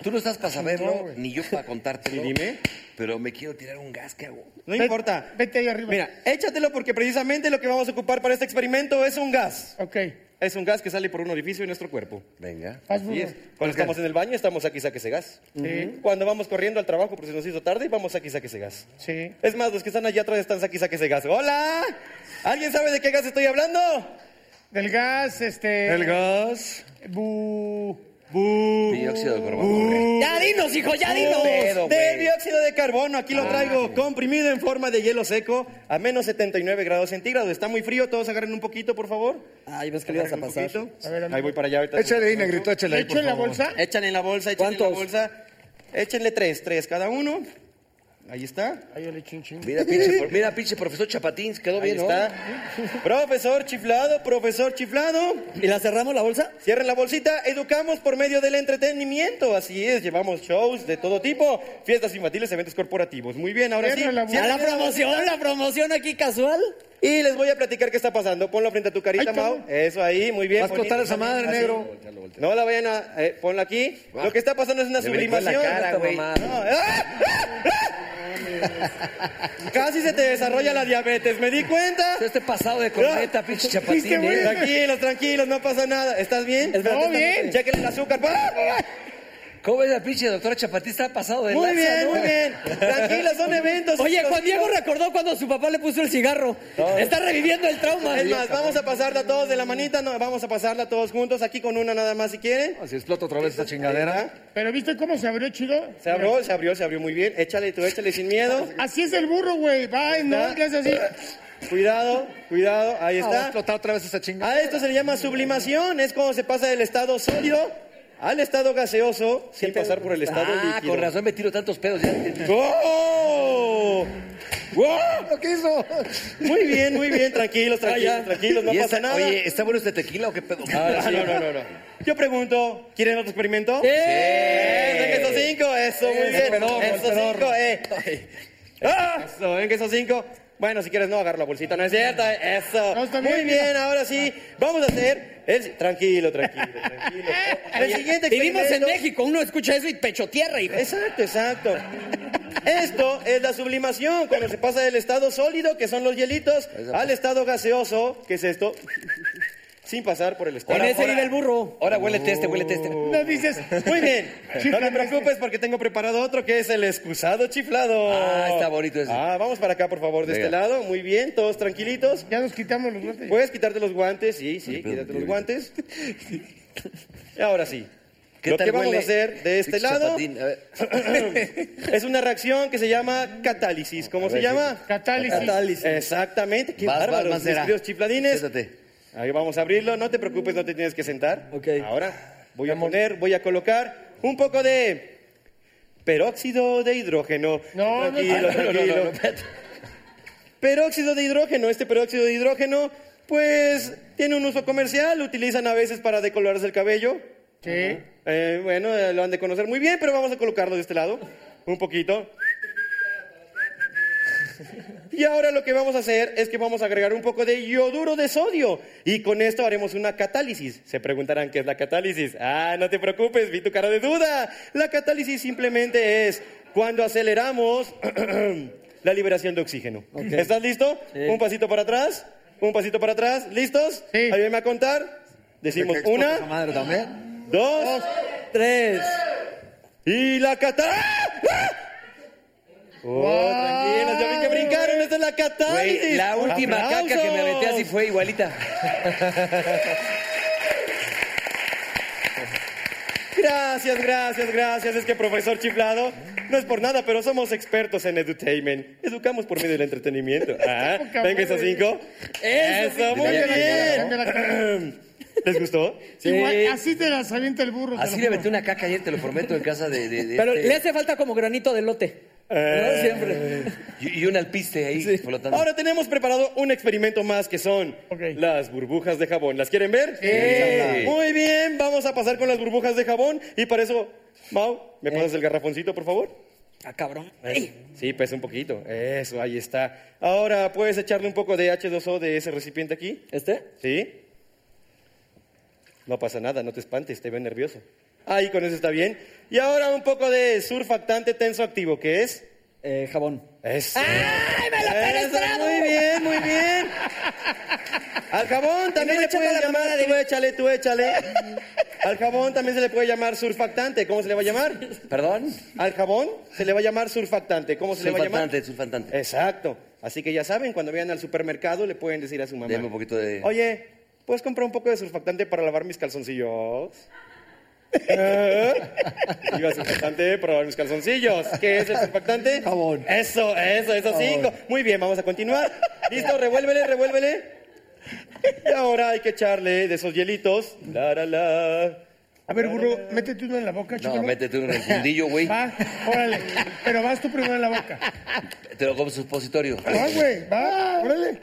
Speaker 5: Tú no estás para
Speaker 2: No,
Speaker 5: saberlo,
Speaker 2: güey.
Speaker 5: ni yo para contártelo.
Speaker 7: Sí, dime.
Speaker 5: Pero me quiero tirar un gas, ¿qué hago?
Speaker 7: No
Speaker 2: Ve-
Speaker 7: importa.
Speaker 2: Vete ahí arriba.
Speaker 7: Mira, échatelo porque precisamente lo que vamos a ocupar para este experimento es un gas.
Speaker 2: Ok,
Speaker 7: Es un gas que sale por un orificio en nuestro cuerpo.
Speaker 5: Venga.
Speaker 2: haz
Speaker 7: Así
Speaker 2: burro.
Speaker 7: es. Cuando estamos en el baño, estamos aquí, saque ese gas. Cuando vamos corriendo al trabajo, porque se nos hizo tarde, vamos aquí, saque ese gas.
Speaker 2: Sí.
Speaker 7: Es más, los que están allá atrás están aquí, saque ese gas. ¡Hola! ¿Alguien sabe de qué gas estoy hablando?
Speaker 2: Del gas, este.
Speaker 7: El gas.
Speaker 2: Bu.
Speaker 5: Dióxido de carbono.
Speaker 3: ¡Ya dinos, hijo, ya dinos!
Speaker 5: pedo, güey.
Speaker 7: Del dióxido de carbono, aquí
Speaker 3: Ah,
Speaker 7: lo traigo comprimido en forma de hielo seco a menos 79 grados centígrados. Está muy frío, todos agarren un poquito, por favor.
Speaker 3: Ay, ves que le ibas a
Speaker 7: Agarren un
Speaker 3: pasar.
Speaker 7: poquito.
Speaker 2: A ver, amigo.
Speaker 7: ahí voy para allá ahorita.
Speaker 4: Échale ahí, negrito, échale
Speaker 2: ¿Le
Speaker 4: ahí,
Speaker 2: echo
Speaker 4: por
Speaker 2: en la
Speaker 4: favor.
Speaker 2: bolsa?
Speaker 7: Échale en la bolsa, échale en la
Speaker 3: ¿Cuántos?
Speaker 7: bolsa. Échenle tres, tres cada uno. Ahí está.
Speaker 2: Ahí yo le echo un chingo.
Speaker 5: Mira, pinche, por- mira, pinche profesor Chapatín, quedó
Speaker 7: Ahí
Speaker 5: bien, ¿no?
Speaker 7: está. profesor chiflado, profesor chiflado.
Speaker 3: ¿Y la cerramos la bolsa?
Speaker 7: Cierren la bolsita, educamos por medio del entretenimiento. Así es, llevamos shows de todo tipo, fiestas infantiles, eventos corporativos. Muy bien, ahora sí.
Speaker 2: Cierra la
Speaker 3: ¡A
Speaker 7: cierren
Speaker 3: la promoción, la promoción aquí casual!
Speaker 7: Y les voy a platicar qué está pasando. Ponlo frente a tu carita,
Speaker 2: Ay,
Speaker 7: Mau.
Speaker 2: cabrón.
Speaker 7: Eso ahí, muy bien.
Speaker 4: Vas a cortar
Speaker 7: Bonito.
Speaker 4: esa madre,
Speaker 7: Así.
Speaker 4: negro.
Speaker 7: No la vayan a. eh, ponla aquí.
Speaker 5: Va.
Speaker 7: Lo que está pasando es una
Speaker 5: Le brincó en la
Speaker 7: sublimación.
Speaker 5: cara, güey.
Speaker 7: No, ¡ah! ¡Ah! ¡Ah! Casi se te desarrolla la diabetes, me di cuenta.
Speaker 3: Este pasado de
Speaker 7: Ah.
Speaker 3: corneta, pinche
Speaker 2: Viste,
Speaker 3: chapatín.
Speaker 2: güey.
Speaker 3: ¿eh?
Speaker 7: Tranquilos, tranquilos, no pasa nada. ¿Estás bien?
Speaker 3: Espérate,
Speaker 7: Todo
Speaker 3: está
Speaker 7: bien.
Speaker 3: bien.
Speaker 7: Chequen el azúcar.
Speaker 3: ¿Cómo ves la pinche doctora Chapatín? Está pasado de
Speaker 7: Muy
Speaker 3: lanza,
Speaker 7: bien,
Speaker 3: ¿no?
Speaker 7: muy bien. Tranquilos, son eventos.
Speaker 3: Oye, Juan Diego recordó cuando su papá le puso el cigarro. Está reviviendo el trauma.
Speaker 7: Es más, vamos a pasarla todos de la manita. No, vamos a pasarla todos juntos. Aquí con una nada más si quieren.
Speaker 4: Así explota otra vez esta chingadera.
Speaker 2: Pero ¿viste cómo se abrió chido?
Speaker 7: Se abrió, se abrió, se abrió muy bien. Échale tú, échale sin miedo.
Speaker 2: Así es el burro, güey. Va, y no, que hace así.
Speaker 7: Cuidado, cuidado, ahí
Speaker 4: Ah, Va a
Speaker 7: está.
Speaker 4: explotar otra vez esta chingada.
Speaker 7: A esto se le llama sublimación, es cuando se pasa del estado sólido al estado gaseoso sin pasar por el estado
Speaker 5: Ah,
Speaker 7: líquido.
Speaker 5: con razón me tiro tantos pedos. ya.
Speaker 7: ¡Oh! ¡Wow!
Speaker 4: ¿Lo que hizo?
Speaker 7: Muy bien, muy bien, tranquilos, tranquilos,
Speaker 5: ya.
Speaker 7: tranquilos, no
Speaker 5: Y
Speaker 7: pasa
Speaker 5: esta-
Speaker 7: nada.
Speaker 5: Oye, ¿está bueno este tequila o qué pedo?
Speaker 7: Ah, no, no, no, no. Yo pregunto, ¿quieren otro experimento?
Speaker 3: ¡Sí!
Speaker 7: Eh, ven que esos cinco, eso, muy bien. esos cinco, eh. ¡Ah! Eso, ven que esos cinco. Bueno, si quieres no, agarra la bolsita, no es cierto, eh, eso.
Speaker 2: No, está bien,
Speaker 7: muy bien, ahora sí, vamos a hacer el... Tranquilo, tranquilo, tranquilo. El siguiente
Speaker 3: Vivimos en
Speaker 7: experimento-
Speaker 3: México, uno escucha eso y pecho tierra, hijo.
Speaker 7: Exacto, exacto. Esto es la sublimación, cuando se pasa del estado sólido, que son los hielitos, al estado gaseoso, que es esto, sin pasar por el estado.
Speaker 3: En ese vive el burro.
Speaker 5: Ahora huélete este, huélete este.
Speaker 2: No dices.
Speaker 7: Muy bien. No te preocupes porque tengo preparado otro que es el excusado chiflado.
Speaker 5: Ah, está bonito ese.
Speaker 7: Ah, vamos para acá, por favor, de
Speaker 5: Venga.
Speaker 7: este lado. Muy bien, todos tranquilitos.
Speaker 2: Ya nos quitamos los guantes.
Speaker 7: Puedes quitarte los guantes, sí, sí,
Speaker 5: pero-
Speaker 7: quítate los guantes. Y ahora sí.
Speaker 5: ¿Qué
Speaker 7: Lo
Speaker 5: tal
Speaker 7: que vamos a
Speaker 5: huele?
Speaker 7: hacer de este
Speaker 5: Pinche
Speaker 7: lado
Speaker 5: Chapatín, a ver.
Speaker 7: es una reacción que se llama catálisis. ¿Cómo se llama?
Speaker 2: Catálisis.
Speaker 7: Exactamente. Qué
Speaker 5: Vas, vas,
Speaker 7: bárbaros, mis
Speaker 5: Mancera.
Speaker 7: queridos chifladines.
Speaker 5: Siéntate.
Speaker 7: Ahí vamos a abrirlo, no te preocupes, no te tienes que sentar.
Speaker 3: Ok.
Speaker 7: Ahora voy a poner, voy a colocar un poco de peróxido de hidrógeno.
Speaker 2: No, no, no,
Speaker 7: tranquilo,
Speaker 2: no, no,
Speaker 7: tranquilo. Peróxido de hidrógeno, este peróxido de hidrógeno, pues tiene un uso comercial, lo utilizan a veces para decolorarse el cabello.
Speaker 2: Sí.
Speaker 7: Eh, bueno, eh, lo han de conocer muy bien, pero vamos a colocarlo de este lado, un poquito. Y ahora lo que vamos a hacer es que vamos a agregar un poco de yoduro de sodio y con esto haremos una catálisis. Se preguntarán qué es la catálisis. Ah, no te preocupes, vi tu cara de duda. La catálisis simplemente es cuando aceleramos la liberación de oxígeno. ¿Estás listo? Un pasito para atrás, un pasito para atrás. ¿Listos?
Speaker 2: Sí.
Speaker 7: Ayúdenme a contar. Decimos
Speaker 4: Que explota
Speaker 7: una,
Speaker 4: esa madre también.
Speaker 7: dos,
Speaker 3: Tres.
Speaker 7: y la catálisis. Oh, tranquilos, ya vi que brincaron. Esta es la catálisis.
Speaker 5: Güey, la última
Speaker 7: ¡Aplausos!
Speaker 5: caca que me aventé así fue igualita.
Speaker 7: Gracias, gracias, gracias. Es que profesor chiflado, no es por nada, pero somos expertos en edutainment. Educamos por medio del entretenimiento. Ah,
Speaker 2: poca
Speaker 7: venga, esos
Speaker 2: madre.
Speaker 7: cinco. Eso,
Speaker 2: Cambia
Speaker 7: muy
Speaker 2: la cara,
Speaker 7: bien.
Speaker 2: cambia la cara.
Speaker 7: ¿Les gustó?
Speaker 2: Igual, así te las avienta el burro. te
Speaker 5: Así
Speaker 2: lo
Speaker 5: le
Speaker 2: juro.
Speaker 5: metí una caca ayer, te lo prometo, en casa de. de- de
Speaker 3: Pero
Speaker 5: este-
Speaker 3: le hace falta como granito de lote. ¿no? Siempre.
Speaker 5: Y, y un alpiste ahí, por lo tanto.
Speaker 7: Ahora tenemos preparado un experimento más que son
Speaker 2: Ok.
Speaker 7: las burbujas de jabón. ¿Las quieren ver?
Speaker 5: Sí.
Speaker 7: Muy bien, vamos a pasar con las burbujas de jabón y para eso, Mau, ¿me pasas el garrafoncito, por favor?
Speaker 3: Ah, cabrón.
Speaker 7: Sí, pesa un poquito. Eso, ahí está. Ahora, ¿puedes echarle un poco de H2O de ese recipiente aquí?
Speaker 3: ¿Este?
Speaker 7: ¿Sí? No pasa nada, no te espantes, te ven nervioso. Ahí con eso está bien. Y ahora un poco de surfactante tenso activo, que es?
Speaker 3: Eh, jabón.
Speaker 7: Eso. Eso, Muy bien, muy bien. Al jabón también
Speaker 3: no
Speaker 7: le
Speaker 3: me
Speaker 7: puede
Speaker 3: chapa la
Speaker 7: llamar, tú échale, tú échale. Al jabón también se le puede llamar surfactante, ¿cómo se le va a llamar?
Speaker 5: ¿Perdón?
Speaker 7: Al jabón se le va a llamar surfactante, ¿cómo se le va a llamar? Eh,
Speaker 5: Sulfantante, sulfantante.
Speaker 7: Exacto. Así que ya saben, cuando vayan al supermercado le pueden decir a su mamá.
Speaker 5: Deme un poquito de-
Speaker 7: Oye, ¿puedes comprar un poco de surfactante para lavar mis calzoncillos?
Speaker 2: ¿Eh?
Speaker 7: Iba surfactante para lavar mis calzoncillos. ¿Qué es el surfactante?
Speaker 4: Jabón.
Speaker 7: Eso, eso, eso cinco. Muy bien, vamos a continuar. Listo, revuélvele, revuélvele. Y ahora hay que echarle de esos hielitos. La, la, la.
Speaker 2: A ver, burro, métete uno en la boca, chico.
Speaker 5: No, métete uno en el fundillo, güey.
Speaker 2: Va, órale. Pero vas tú primero en la boca.
Speaker 5: Te lo comes supositorio.
Speaker 2: Va, güey, va, órale.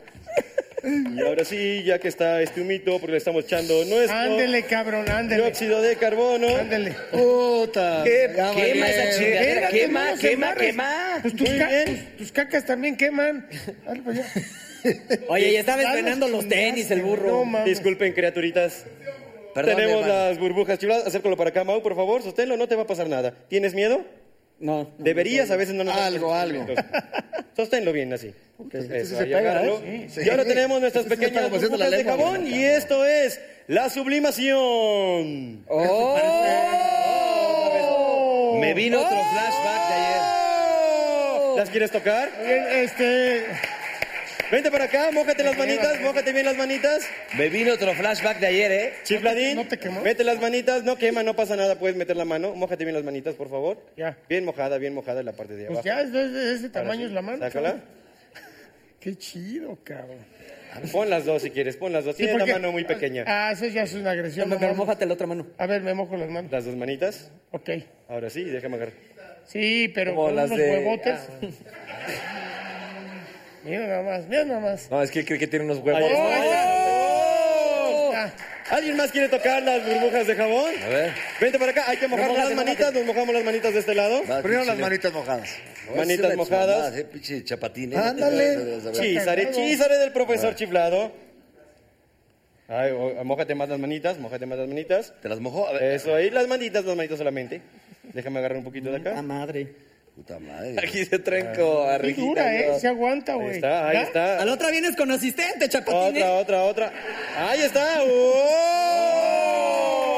Speaker 7: Y ahora sí, ya que está este humito, porque le estamos echando nuestro
Speaker 2: Ándele, cabrón, ándele.
Speaker 7: dióxido de carbono.
Speaker 2: Ándele.
Speaker 4: Puta.
Speaker 7: ¿Qué-
Speaker 4: Ya
Speaker 5: Quema
Speaker 4: valió.
Speaker 5: esa chingadera,
Speaker 2: Espérate,
Speaker 5: quema,
Speaker 2: no los
Speaker 5: quema,
Speaker 2: embarres.
Speaker 5: quema.
Speaker 2: Pues tus,
Speaker 7: Muy
Speaker 2: ca-
Speaker 7: bien.
Speaker 2: tus- tus cacas también queman. Dale para allá.
Speaker 3: Oye, ya estaba
Speaker 2: Ya los
Speaker 3: estrenando los tenis el
Speaker 2: No
Speaker 3: burro.
Speaker 2: mames.
Speaker 7: Disculpen, criaturitas.
Speaker 5: Perdón,
Speaker 7: Tenemos
Speaker 5: hermano.
Speaker 7: las burbujas chifladas. Acércalo para acá, Mau, por favor. Sosténlo, no te va a pasar nada. ¿Tienes miedo?
Speaker 3: No.
Speaker 7: Deberías, a veces no nos dan
Speaker 4: Algo,
Speaker 7: los
Speaker 4: algo.
Speaker 7: experimentos. Sosténlo bien así.
Speaker 4: Este sí
Speaker 7: Eso,
Speaker 4: se
Speaker 7: ahí,
Speaker 4: pega,
Speaker 7: agárralo.
Speaker 4: ¿eh? Sí.
Speaker 7: Y ahora tenemos nuestras
Speaker 4: Este sí se
Speaker 7: pequeñas
Speaker 4: pega, pues, es de
Speaker 7: burbujas
Speaker 4: la
Speaker 7: de
Speaker 4: lengua,
Speaker 7: jabón
Speaker 4: güey.
Speaker 7: y esto es la sublimación.
Speaker 4: Oh.
Speaker 5: Me vino otro flashback de ayer.
Speaker 7: ¿Las quieres tocar?
Speaker 2: Oye, Este.
Speaker 7: Vente para acá, mójate las manitas, mójate bien las manitas.
Speaker 5: Me vino otro flashback de ayer, ¿eh?
Speaker 7: Chifladín,
Speaker 2: ¿No te- no te quemó?
Speaker 7: mete las manitas, no quema, no pasa nada, puedes meter la mano, mójate bien las manitas, por favor.
Speaker 2: Ya.
Speaker 7: Bien mojada, bien mojada en la parte de abajo.
Speaker 2: Pues ya, es de, de ese
Speaker 7: Ahora
Speaker 2: tamaño
Speaker 7: sí,
Speaker 2: es la mano.
Speaker 7: Sácala.
Speaker 2: chaval. Qué chido, cabrón.
Speaker 7: Pon las dos si quieres, pon las dos.
Speaker 2: Sí,
Speaker 7: Tiene la
Speaker 2: porque-
Speaker 7: mano muy pequeña.
Speaker 2: Ah, eso ya es una agresión. no
Speaker 3: Pero
Speaker 2: mames.
Speaker 3: mojate la otra mano.
Speaker 2: A ver, me mojo las manos.
Speaker 7: Las dos manitas.
Speaker 2: Ok.
Speaker 7: Ahora sí, déjame agarrar.
Speaker 2: Sí, pero
Speaker 6: Como
Speaker 2: con
Speaker 6: las
Speaker 2: unos
Speaker 6: de-
Speaker 2: huevotes. Mira nada más, mira nada más.
Speaker 6: No, es que él cree que tiene unos
Speaker 7: Ahí
Speaker 6: huevos.
Speaker 7: está.
Speaker 2: ¡Oh!
Speaker 7: ¡Oh! ¿Alguien más quiere tocar las burbujas de jabón?
Speaker 5: A ver.
Speaker 7: Vente para acá, hay que mojar
Speaker 3: No,
Speaker 7: las
Speaker 3: mojate,
Speaker 7: manitas, nos mojamos las manitas de este lado.
Speaker 5: Va,
Speaker 4: Primero las
Speaker 5: chile.
Speaker 4: manitas mojadas.
Speaker 5: No, es
Speaker 7: manitas
Speaker 5: una de tus
Speaker 7: mojadas.
Speaker 5: mamadas, ¿eh? Pinche chapatín, ¿eh?
Speaker 4: Ándale.
Speaker 7: Chízare,
Speaker 2: cagado.
Speaker 7: chízare del profesor chiflado. Ay, o- mójate más las manitas, mójate más las manitas.
Speaker 5: ¿Te las mojó? A
Speaker 6: Eh.
Speaker 5: ver.
Speaker 7: Eso ahí, las manitas, las manitas solamente. Déjame agarrar un poquito de
Speaker 3: Ah,
Speaker 7: acá.
Speaker 3: madre. Ah.
Speaker 5: Puta madre.
Speaker 6: Aquí se trenco a
Speaker 2: Qué
Speaker 6: Regina,
Speaker 2: dura,
Speaker 6: ¿no?
Speaker 2: ¿eh? Se aguanta,
Speaker 7: Ahí
Speaker 2: güey.
Speaker 7: está,
Speaker 2: ¿Ya?
Speaker 7: ahí está.
Speaker 3: A la otra vienes con asistente, chapatín.
Speaker 7: Otra,
Speaker 3: ¿eh?
Speaker 7: otra, otra. Ahí está. ¡Oh!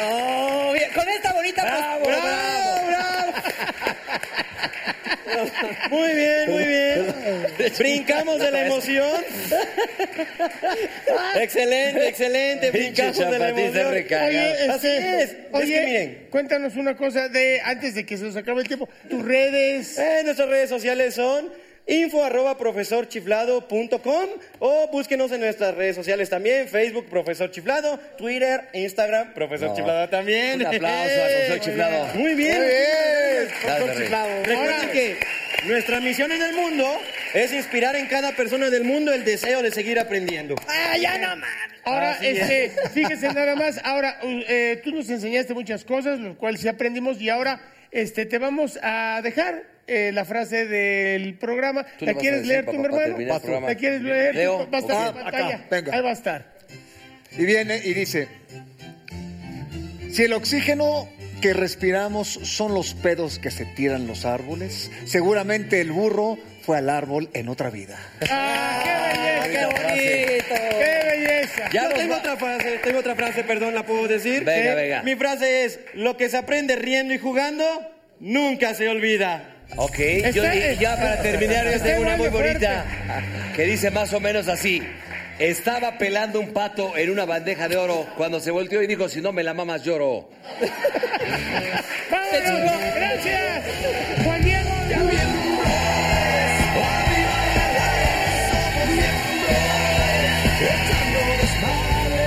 Speaker 3: Oh, bien. Con esta bonita
Speaker 7: ¡Bravo,
Speaker 3: postura.
Speaker 7: bravo, bravo! Muy bien, muy bien. Brincamos de la emoción. excelente, excelente.
Speaker 5: Pinche
Speaker 7: Brincamos de la
Speaker 5: chapatín se
Speaker 7: emoción.
Speaker 5: recagado.
Speaker 2: Oye,
Speaker 7: Así
Speaker 2: este,
Speaker 7: es.
Speaker 2: oye,
Speaker 7: Es que miren.
Speaker 2: cuéntanos una cosa de antes de que se nos acabe el tiempo. Tus redes.
Speaker 7: Eh, nuestras redes sociales son info arroba profesorchiflado.com o búsquenos en nuestras redes sociales también, Facebook Profesor Chiflado, Twitter, Instagram Profesor
Speaker 5: No.
Speaker 7: Chiflado también.
Speaker 5: Un aplauso al profesor Chiflado.
Speaker 7: Muy bien.
Speaker 5: Gracias, Rey.
Speaker 7: Recuerden que nuestra misión en el mundo es inspirar en cada persona del mundo el deseo de seguir aprendiendo.
Speaker 5: ah,
Speaker 2: Ahora,
Speaker 7: Así es.
Speaker 2: este, fíjese nada más. Ahora, u- eh, tú nos enseñaste muchas cosas, lo cual sí aprendimos. Y ahora, este, te vamos a dejar eh, la frase del programa.
Speaker 5: Tú le
Speaker 2: ¿La
Speaker 5: vas a
Speaker 2: quieres
Speaker 5: decir,
Speaker 2: leer tú,
Speaker 5: papá,
Speaker 2: mi
Speaker 5: para
Speaker 2: hermano?
Speaker 5: terminar el programa.
Speaker 2: ¿La quieres leer?
Speaker 5: Leo, Ah,
Speaker 2: Va a estar
Speaker 5: ok.
Speaker 2: en pantalla.
Speaker 4: Acá, venga.
Speaker 2: Ahí va a estar.
Speaker 4: Y viene y dice, si el oxígeno que respiramos son los pedos que se tiran los árboles, seguramente el burro fue al árbol en otra vida.
Speaker 2: ¡Ah, qué belleza! ¡Qué belleza!
Speaker 5: Ya
Speaker 7: Yo
Speaker 5: nos
Speaker 7: tengo
Speaker 5: va-
Speaker 7: otra frase, tengo otra frase, perdón, la puedo decir.
Speaker 5: Venga,
Speaker 7: Eh,
Speaker 5: venga.
Speaker 7: Mi frase es, lo que se aprende riendo y jugando nunca se olvida.
Speaker 5: Ok,
Speaker 2: Está-
Speaker 5: yo- y- y ya para terminar, yo
Speaker 2: está
Speaker 5: tengo una muy
Speaker 2: igual de
Speaker 5: bonita que dice más o menos así. Estaba pelando un pato en una bandeja de oro cuando se volteó y dijo, si no me la mamas lloro.
Speaker 2: ¡Vámonos! ¡Gracias! ¡Juan Diego! ¡Ya viene.
Speaker 8: Somos miembros, echando desmadre,